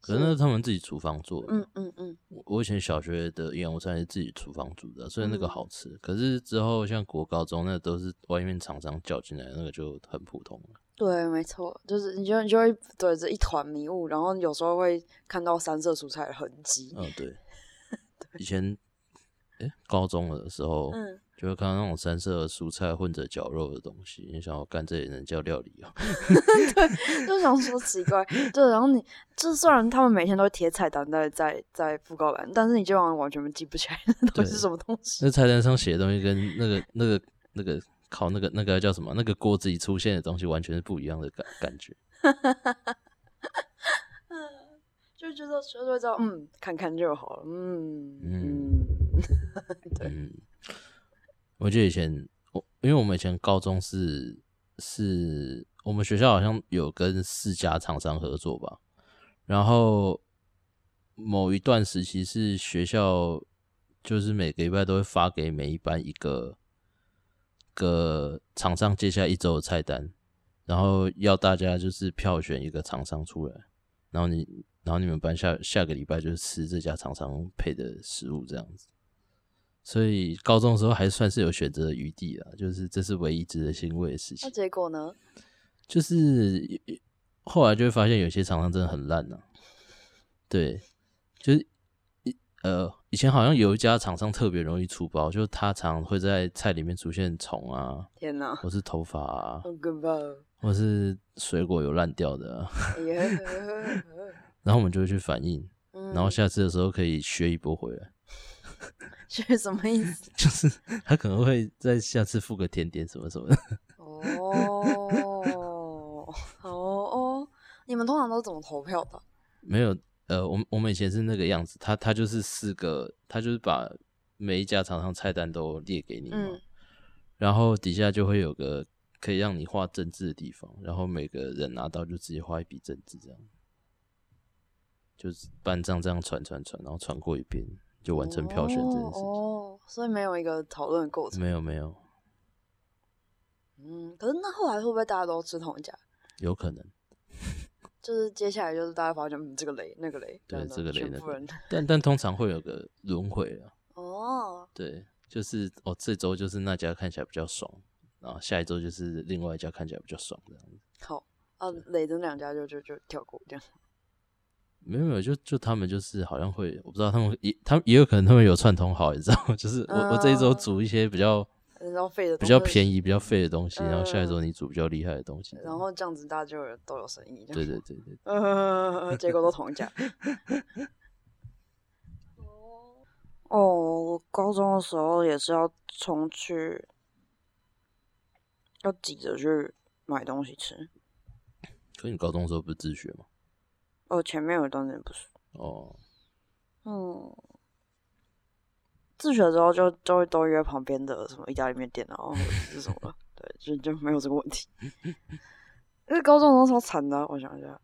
[SPEAKER 1] 可是那是他们自己厨房做的。
[SPEAKER 2] 嗯嗯嗯，
[SPEAKER 1] 我我以前小学的营养午餐是自己厨房煮的，所以那个
[SPEAKER 2] 嗯
[SPEAKER 1] 好吃。可是之后像国高中那都是外面厂商叫进来的，那个就很普通了。
[SPEAKER 2] 对，没错，就是你就你就会对着一团迷雾，然后有时候会看到三色蔬菜的痕迹，
[SPEAKER 1] 嗯， 对。以前，诶、高中的时候，
[SPEAKER 2] 嗯，
[SPEAKER 1] 就会看到那种三色蔬菜混着绞肉的东西，你想要干这也能叫料理啊？
[SPEAKER 2] 就想说奇怪，对，然后你就虽然他们每天都会贴菜单在在在布告栏，但是你基本上完全记不起来那到底是
[SPEAKER 1] 对
[SPEAKER 2] 什么东西。
[SPEAKER 1] 那菜单上写的东西跟那个那个那个烤那个那个叫什么那个锅子里出现的东西完全是不一样的感感觉。
[SPEAKER 2] 就觉得就会知道，嗯，看看就好了，嗯
[SPEAKER 1] 嗯
[SPEAKER 2] 嗯，对，
[SPEAKER 1] 嗯，我记得以前我因为我们以前高中是是我们学校好像有跟四家厂商合作吧，然后某一段时期是学校就是每个礼拜都会发给每一班一个个厂商接下来一周的菜单，然后要大家就是票选一个厂商出来，然后你然后你们班下下个礼拜就是吃这家厂商配的食物这样子。所以高中的时候还算是有选择的余地啦，就是这是唯一值得欣慰的事
[SPEAKER 2] 那
[SPEAKER 1] 情。
[SPEAKER 2] 结果呢？
[SPEAKER 1] 就是后来就会发现有些厂商真的很烂呐、对，就是以呃以前好像有一家厂商特别容易出包，就是他常会在菜里面出现虫啊，
[SPEAKER 2] 天哪，
[SPEAKER 1] 或是头发啊，
[SPEAKER 2] 好可怕哦！
[SPEAKER 1] 或是水果有烂掉的、啊，
[SPEAKER 2] 哎呀
[SPEAKER 1] 然后我们就会去反映，
[SPEAKER 2] 嗯
[SPEAKER 1] 然后下次的时候可以削一波回来，
[SPEAKER 2] 是什么意思？
[SPEAKER 1] 就是他可能会在下次附个甜点什么什么的。
[SPEAKER 2] 哦，好哦，你们通常都怎么投票的？
[SPEAKER 1] 没有，呃，我们我们以前是那个样子，他他就是四个，他就是把每一家厂商菜单都列给你嘛，
[SPEAKER 2] 嗯
[SPEAKER 1] 然后底下就会有个可以让你画政治的地方，然后每个人拿到就直接画一笔政治，这样，就是班上这样传传传，然后传过一遍就完成票选这件事情。
[SPEAKER 2] 哦，哦所以没有一个讨论的过程。
[SPEAKER 1] 没有没有，
[SPEAKER 2] 嗯，可是那后来会不会大家都吃同一家？
[SPEAKER 1] 有可能，
[SPEAKER 2] 就是接下来就是大家发现，嗯，这个雷，那个雷，
[SPEAKER 1] 对
[SPEAKER 2] 等等
[SPEAKER 1] 这个雷
[SPEAKER 2] 全
[SPEAKER 1] 那
[SPEAKER 2] 部
[SPEAKER 1] 个
[SPEAKER 2] 人
[SPEAKER 1] 但但通常会有个轮回啊，
[SPEAKER 2] 哦，
[SPEAKER 1] 对，就是哦，这周就是那家看起来比较爽，然后下一周就是另外一家看起来比较爽这样子。
[SPEAKER 2] 好啊，雷的两家就就就跳过这样。
[SPEAKER 1] 没有没有，就就他们就是好像会，我不知道他们也他们也有可能他们有串通好，你知道吗？ 就是我、我这一周煮一些比较
[SPEAKER 2] 然后费的
[SPEAKER 1] 比较
[SPEAKER 2] 宜，
[SPEAKER 1] 便宜、比较废的东西，然后下一周
[SPEAKER 2] 嗯
[SPEAKER 1] 你煮比较厉害的东西。
[SPEAKER 2] 然后这样子大家就有都有生意。这样
[SPEAKER 1] 对对对对，
[SPEAKER 2] 呃， 结果都同一家。哦，我高中的时候也是要冲去，要挤着去买东西吃。
[SPEAKER 1] 可你高中的时候不是自学吗？
[SPEAKER 2] 哦，前面有东西不是，
[SPEAKER 1] 哦，
[SPEAKER 2] 嗯，自学之后就就会都约旁边的什么意大利面店啊，或者是什么 的，对，就就没有这个问 题。因为高中的时候超惨的啊，我想一下，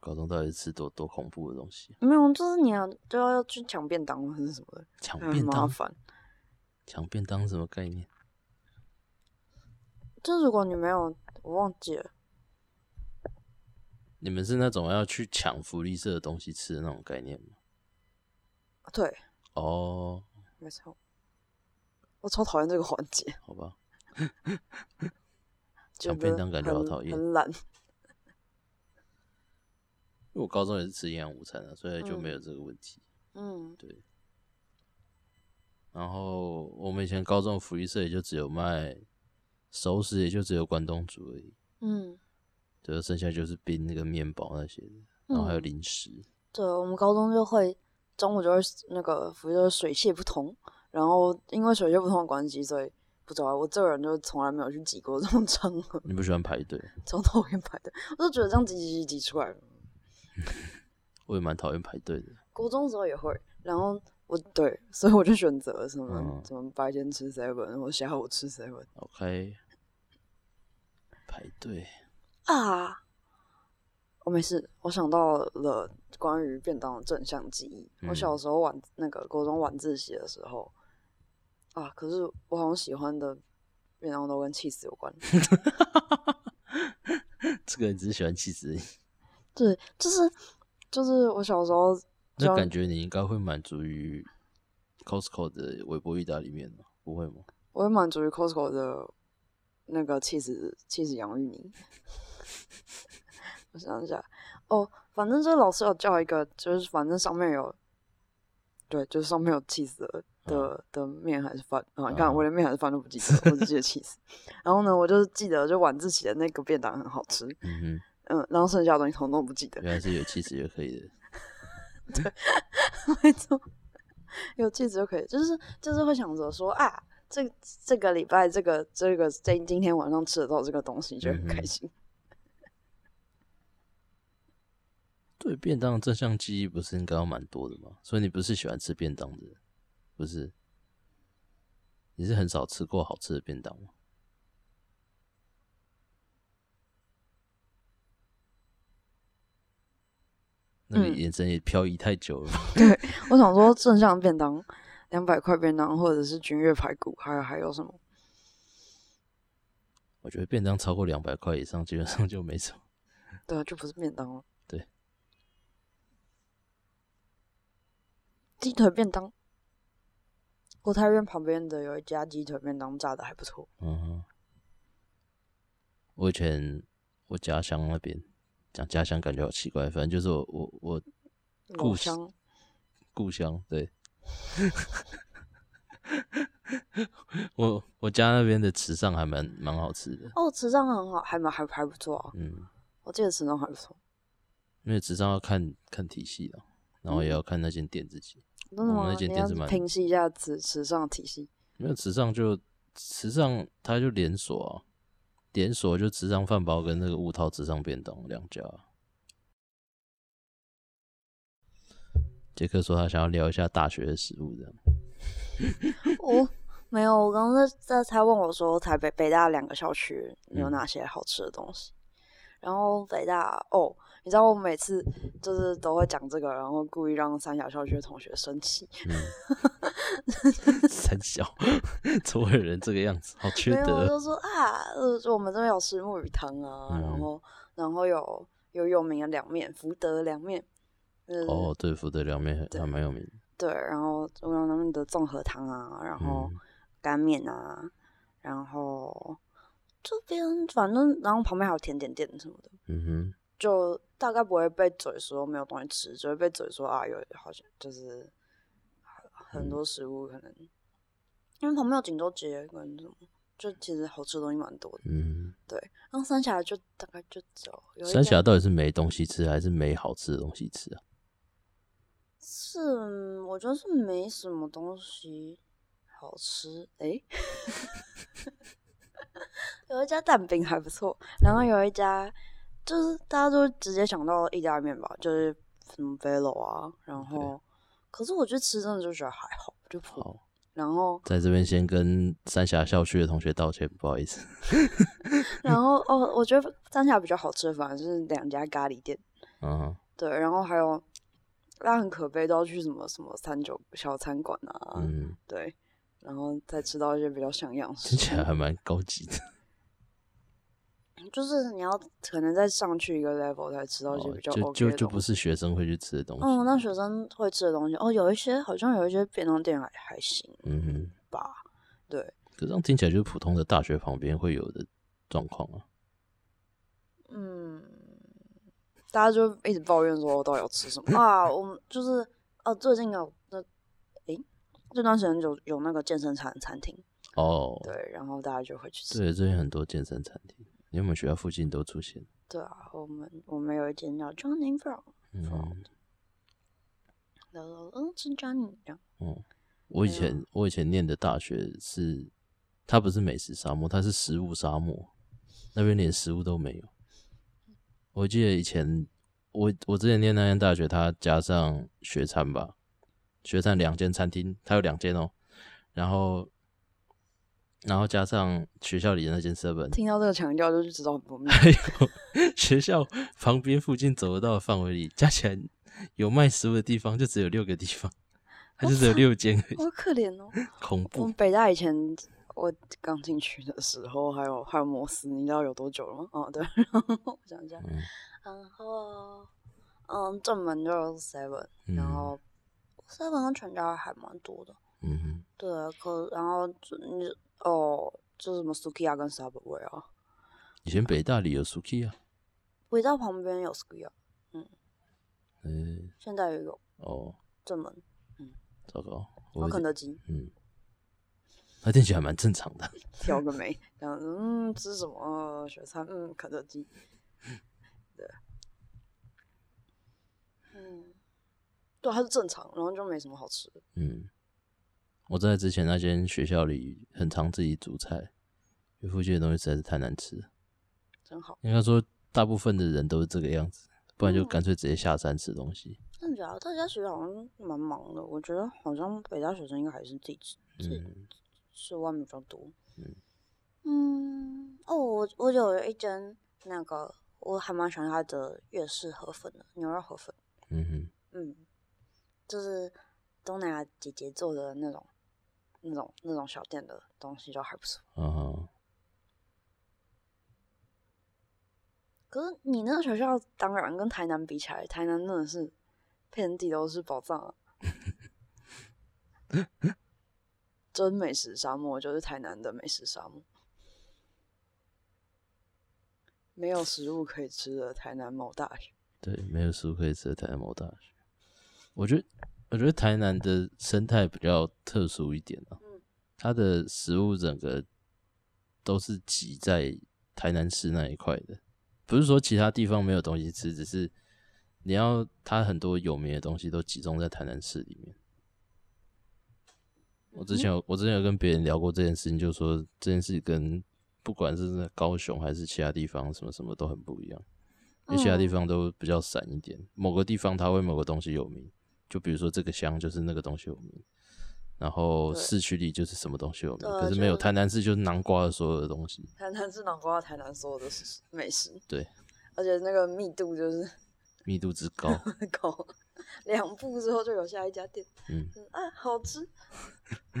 [SPEAKER 1] 高中到底是吃多多恐怖的东西啊？
[SPEAKER 2] 没有，就是你要就要去抢便当或者是什么的，
[SPEAKER 1] 抢
[SPEAKER 2] 很
[SPEAKER 1] 便
[SPEAKER 2] 麻
[SPEAKER 1] 当，
[SPEAKER 2] 烦。
[SPEAKER 1] 抢便当什么概念？
[SPEAKER 2] 就如果你没有，我忘记了，
[SPEAKER 1] 你们是那种要去抢福利社的东西吃的那种概念吗？
[SPEAKER 2] 啊对，
[SPEAKER 1] 哦，
[SPEAKER 2] 没错，我超讨厌这个环节，
[SPEAKER 1] 好吧，
[SPEAKER 2] 就
[SPEAKER 1] 抢
[SPEAKER 2] 觉得
[SPEAKER 1] 便当感觉好
[SPEAKER 2] 很
[SPEAKER 1] 讨厌
[SPEAKER 2] 很懒。
[SPEAKER 1] 因为我高中也是吃营养午餐啊，所以就
[SPEAKER 2] 嗯
[SPEAKER 1] 没有这个问题。
[SPEAKER 2] 嗯，
[SPEAKER 1] 然后我们以前高中的福利社也就只有卖熟食，也就只有关东煮而已，
[SPEAKER 2] 嗯，
[SPEAKER 1] 对，剩下就是冰那个面包那些的，然后还有
[SPEAKER 2] 嗯
[SPEAKER 1] 零食。
[SPEAKER 2] 对，我们高中就会中午就会那个，福就是水泄不通，然后因为水泄不通的关系，所以不知道我这个人就从来没有去挤过这种场合，
[SPEAKER 1] 你不喜欢排队，
[SPEAKER 2] 超讨厌排队，我就觉得这样挤挤挤挤出来了。
[SPEAKER 1] 我也蛮讨厌排队的。
[SPEAKER 2] 国中的时候也会，然后我对，所以我就选择什么、
[SPEAKER 1] 嗯
[SPEAKER 2] 什么白天吃 seven，或下午吃 seven
[SPEAKER 1] OK，排队
[SPEAKER 2] 啊。我哦没事，我想到了关于便当的正向记忆。我
[SPEAKER 1] 嗯
[SPEAKER 2] 小时候晚那个国中晚自习的时候啊，可是我好像喜欢的便当都跟 cheese 有关。
[SPEAKER 1] 这个人只是喜欢气质而已，
[SPEAKER 2] 对，就是就是我小时候
[SPEAKER 1] 那
[SPEAKER 2] 就
[SPEAKER 1] 感觉你应该会满足于 Costco 的微波意大利面吧？不会吗？
[SPEAKER 2] 我会满足于 Costco 的那个 cheese cheese 洋芋泥。 我想一下，哦，反正就是老师有叫一个，就是反正上面有，对，就是上面有 cheese 的的的面还是饭啊？你看
[SPEAKER 1] 嗯
[SPEAKER 2] 我连面还是饭都不记得，我只记得 cheese。然 后呢，我就记得就晚自习的那个便当很好吃，
[SPEAKER 1] 嗯
[SPEAKER 2] 嗯，然后剩下的东西统统不记得
[SPEAKER 1] 哼，。原来是有气质就可以的。
[SPEAKER 2] 没错， 有气质就可以，就是就是会想着说啊，这这个礼拜这个这个今今天晚上吃得到这个东西，就很开
[SPEAKER 1] 嗯哼
[SPEAKER 2] 心。
[SPEAKER 1] 对便当的正向记忆不是应该要蛮多的吗？所以你不是喜欢吃便当的人，不是？你是很少吃过好吃的便当吗？那个
[SPEAKER 2] 嗯
[SPEAKER 1] 眼神也漂移太久了吧。
[SPEAKER 2] 我想说正向便当，两百块便当，或者是君悦排骨，还有还有什么？
[SPEAKER 1] 我觉得便当超过两百块以上，基本上就没什么。
[SPEAKER 2] 对啊，就不是便当了。
[SPEAKER 1] 对，
[SPEAKER 2] 鸡腿便当，国泰院旁边的有一家鸡腿便当，炸的还不错。
[SPEAKER 1] 嗯哼，我以前我家乡那边讲家乡感觉好奇怪，反正就是我我我故
[SPEAKER 2] 故
[SPEAKER 1] 事
[SPEAKER 2] 乡
[SPEAKER 1] 故乡对。 我我家那边的池上还蛮蛮好吃的，
[SPEAKER 2] 哦，池上很好，还蛮还还不错啊。
[SPEAKER 1] 嗯，
[SPEAKER 2] 我记得池上还不错，
[SPEAKER 1] 因为池上要看看体系的，然后也要看那间店自己。
[SPEAKER 2] 真的
[SPEAKER 1] 我们
[SPEAKER 2] 吗
[SPEAKER 1] 那？间
[SPEAKER 2] 你
[SPEAKER 1] 店
[SPEAKER 2] 要
[SPEAKER 1] 是蛮
[SPEAKER 2] 平息一下池池上的体系。
[SPEAKER 1] 没有池上就池上，它就连锁啊，连锁就池上饭包跟那个雾涛池上便当两家啊。杰克说他想要聊一下大学的食物，这样
[SPEAKER 2] 哦， 没有，我刚刚在在他问我说，台北北大两个校区有
[SPEAKER 1] 嗯
[SPEAKER 2] 哪些好吃的东西？然后北大哦，你知道我每次就是都会讲这个，然后故意让三峡校区的同学生气。
[SPEAKER 1] 嗯 三小，怎么会有人这个样子？好缺
[SPEAKER 2] 没有，我
[SPEAKER 1] 德。
[SPEAKER 2] 就说啊，呃，我们这边有石木鱼汤啊，然
[SPEAKER 1] 嗯
[SPEAKER 2] 后然后有有有名的凉面，福德凉面，嗯、
[SPEAKER 1] 哦，对，福德凉面还还蛮有名的。
[SPEAKER 2] 对，然后中央他们的综合汤啊，然后
[SPEAKER 1] 嗯
[SPEAKER 2] 干面啊，然后这边反正然后旁边还有甜点店什么的，
[SPEAKER 1] 嗯哼，
[SPEAKER 2] 就大概不会被嘴说没有东西吃，只会被嘴说啊有好像就是很很多食物可能，因为旁边有锦州街跟什么，就其实好吃的东西蛮多的。
[SPEAKER 1] 嗯
[SPEAKER 2] 然后三峡就大概就只有有
[SPEAKER 1] 哼，
[SPEAKER 2] 一
[SPEAKER 1] 三峡
[SPEAKER 2] 家
[SPEAKER 1] 到底是没东西吃，还是没好吃的东西吃啊？
[SPEAKER 2] 是嗯我觉得是没什么东西好吃， 诶、有一家蛋饼还不错，然后有一家就是大家都直接想到意大利面吧，就是什么 Velo 啊，然后可是我觉得吃真的就觉得还好，就普。
[SPEAKER 1] 好，
[SPEAKER 2] 然后
[SPEAKER 1] 在这边先跟三峡校区的同学道歉，不好意思。
[SPEAKER 2] 然后哦，我觉得三峡比较好吃的反而是两家咖喱店，
[SPEAKER 1] 嗯哼，
[SPEAKER 2] 对，然后还有那很可悲都要去什么什么三九小餐馆啊，
[SPEAKER 1] 嗯。
[SPEAKER 2] 对，然后再吃到一些比较像样式
[SPEAKER 1] 听。起来还蛮高级的，
[SPEAKER 2] 就是你要可能再上去一个 level 才吃到一些
[SPEAKER 1] 哦
[SPEAKER 2] 比较
[SPEAKER 1] 就
[SPEAKER 2] OK
[SPEAKER 1] 就
[SPEAKER 2] 的
[SPEAKER 1] 就不
[SPEAKER 2] 东西。
[SPEAKER 1] 是学生会去吃的东西。
[SPEAKER 2] 嗯，那学生会吃的东西哦，有一些好像有一些便当店还还行
[SPEAKER 1] 嗯哼，
[SPEAKER 2] 吧，对，
[SPEAKER 1] 可这样听起来就是普通的大学旁边会有的状况啊。
[SPEAKER 2] 嗯，大家就一直抱怨说我到底要吃什么啊？我们就是哦、最近有那诶，这段时间有有那个健身餐餐厅，
[SPEAKER 1] 哦，
[SPEAKER 2] 对，然后大家就会去吃。
[SPEAKER 1] 对，最近很多健身餐厅，连我们学校附近都出现。
[SPEAKER 2] 对啊，我们我们有一间叫 Johnny Brown，
[SPEAKER 1] 嗯，
[SPEAKER 2] 然后嗯是 Johnny 这样，
[SPEAKER 1] 我以
[SPEAKER 2] 对啊
[SPEAKER 1] 前我以前念的大学是，它不是美食沙漠，它是食物沙漠，那边连食物都没有。我记得以前我我之前念那间大学，它加上学餐吧，学餐两间餐厅，它有两间哦，然后然后加上学校里的那间 seven，
[SPEAKER 2] 听到这个强调就知道很 不妙。
[SPEAKER 1] 还有学校旁边附近走得到的范围里，加起来有卖食物的地方就只有六个地方，它就只有六间而已，
[SPEAKER 2] 好可怜 哦！
[SPEAKER 1] 恐
[SPEAKER 2] 我
[SPEAKER 1] 怖
[SPEAKER 2] 们。北大以前我刚进去的时候，还有还有摩斯，你知道有多久了吗？哦，对，然后我想一下，
[SPEAKER 1] 嗯
[SPEAKER 2] 然后嗯，正门就是 Seven，、
[SPEAKER 1] 嗯
[SPEAKER 2] 然后 Seven 跟全家还蛮多的，
[SPEAKER 1] 嗯哼，
[SPEAKER 2] 对，啊可然后就你哦，就什么 Sukiya 跟 Subway 啊，
[SPEAKER 1] 以前北大里有 Suki 啊，
[SPEAKER 2] 北大旁边有 Sukiya，
[SPEAKER 1] 嗯、
[SPEAKER 2] 现在也有
[SPEAKER 1] 哦，
[SPEAKER 2] 正门，
[SPEAKER 1] 糟糕，
[SPEAKER 2] 还有
[SPEAKER 1] 我有
[SPEAKER 2] 肯
[SPEAKER 1] 点
[SPEAKER 2] 德基，
[SPEAKER 1] 嗯，那听起来蛮正常的。
[SPEAKER 2] 挑个眉，这样子嗯，吃什么呃雪餐？嗯，肯德基。 对，嗯，对，它是正常，然后就没什么好吃的。
[SPEAKER 1] 嗯，我在之前那间学校里很常自己煮菜，因为附近的东西实在是太难吃了。
[SPEAKER 2] 真好。
[SPEAKER 1] 应该说大部分的人都是这个样子，不然就
[SPEAKER 2] 嗯
[SPEAKER 1] 干脆直接下山吃东西。
[SPEAKER 2] 但主要大家学校好像蛮忙的，我觉得好像北大学生应该还是自己吃自己
[SPEAKER 1] 嗯，
[SPEAKER 3] 是外面比较多。
[SPEAKER 1] 嗯
[SPEAKER 3] 嗯，哦，我我有一间那个我还蛮喜欢它的粤式河粉的牛肉河粉，
[SPEAKER 1] 嗯哼，
[SPEAKER 3] 嗯，就是东南亚姐姐做的那种那种那种小店的东西就还不错。
[SPEAKER 1] 啊哈，
[SPEAKER 3] 可是你那个学校当然跟台南比起来，台南真的是遍地都是宝藏啊！
[SPEAKER 2] 真美食沙漠就是台南的美食沙漠，没有食物可以吃的台南某大学。
[SPEAKER 1] 对，没有食物可以吃的台南某大学。我觉得，我觉得台南的生态比较特殊一点啊，它的食物整个都是挤在台南市那一块的，不是说其他地方没有东西吃，只是你要它很多有名的东西都集中在台南市里面。我之前有我之前有跟别人聊过这件事情，就说这件事情跟不管是在高雄还是其他地方什么什么都很不一样，因为其他
[SPEAKER 3] 嗯
[SPEAKER 1] 地方都比较散一点，某个地方它为某个东西有名，就比如说这个乡就是那个东西有名，然后
[SPEAKER 2] 对
[SPEAKER 1] 市区里就是什么东西有名，
[SPEAKER 3] 对啊
[SPEAKER 1] 可是没有
[SPEAKER 3] 就是
[SPEAKER 1] 台南市就是南瓜的所有的东西，
[SPEAKER 2] 台南是囊括了台南所有的食美食，
[SPEAKER 1] 对，
[SPEAKER 2] 而且那个密度就是
[SPEAKER 1] 密度之 高，
[SPEAKER 2] 很高，两步之后就有下一家店。
[SPEAKER 1] 嗯，
[SPEAKER 2] 啊，好吃。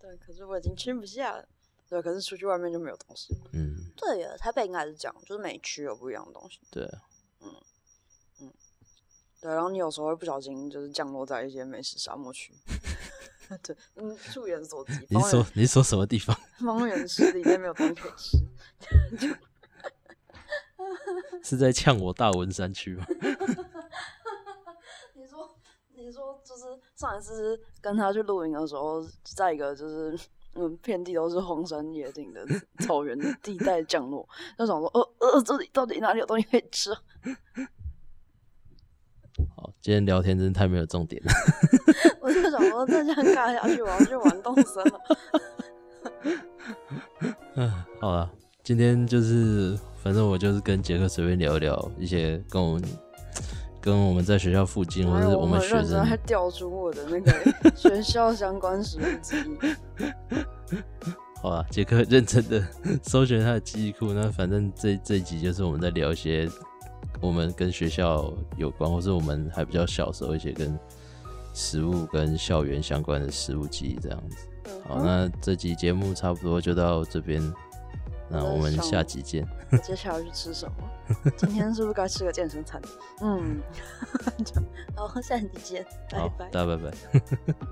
[SPEAKER 2] 对，可是我已经吃不下了。对，可是出去外面就没有东西。
[SPEAKER 1] 嗯，
[SPEAKER 3] 对耶，台北应该是这样，就是每区有不一样的东西。
[SPEAKER 1] 对啊，
[SPEAKER 2] 对，然后你有时候会不小心就是降落在一些美食沙漠区。 对，嗯，触眼所及。
[SPEAKER 1] 你是
[SPEAKER 2] 方圆
[SPEAKER 1] 说你是说什么地方？
[SPEAKER 2] 方圆十里面没有东西可以吃。
[SPEAKER 1] 是在呛我大文山区吗？
[SPEAKER 2] 你说，你说，就是上一次跟他去露营的时候，在一个就是嗯，遍地都是荒山野岭的草原的地带降落，就想说，呃呃，这里到底哪里有东西可以吃啊？
[SPEAKER 1] 好，今天聊天真是太没有重点了。
[SPEAKER 2] 我就想说，再这样尬下去，我要去玩动森了。
[SPEAKER 1] 嗯，好了，今天就是反正我就是跟杰克随便聊一聊一些跟我们跟我们在学校附近或
[SPEAKER 2] 哎
[SPEAKER 1] 者
[SPEAKER 2] 呦
[SPEAKER 1] 是
[SPEAKER 2] 我
[SPEAKER 1] 们
[SPEAKER 2] 很
[SPEAKER 1] 学
[SPEAKER 2] 认真
[SPEAKER 1] 生
[SPEAKER 2] 还调出我的那个学校相关食物记忆。
[SPEAKER 1] 好吧，杰克认真的 搜寻他的记忆库。那反正这这一集就是我们在聊一些我们跟学校有关，或是我们还比较小时候一些跟食物跟校园相关的食物记忆这样子。
[SPEAKER 2] 嗯
[SPEAKER 1] 好，那这集节目差不多就到这边，那我们下集见。
[SPEAKER 2] 我接下来要去吃什么？今天是不是该吃个健身餐？ 嗯，
[SPEAKER 3] 好，下期见，拜
[SPEAKER 1] 好
[SPEAKER 3] 拜，。
[SPEAKER 1] 大家拜拜。
[SPEAKER 3] 拜拜。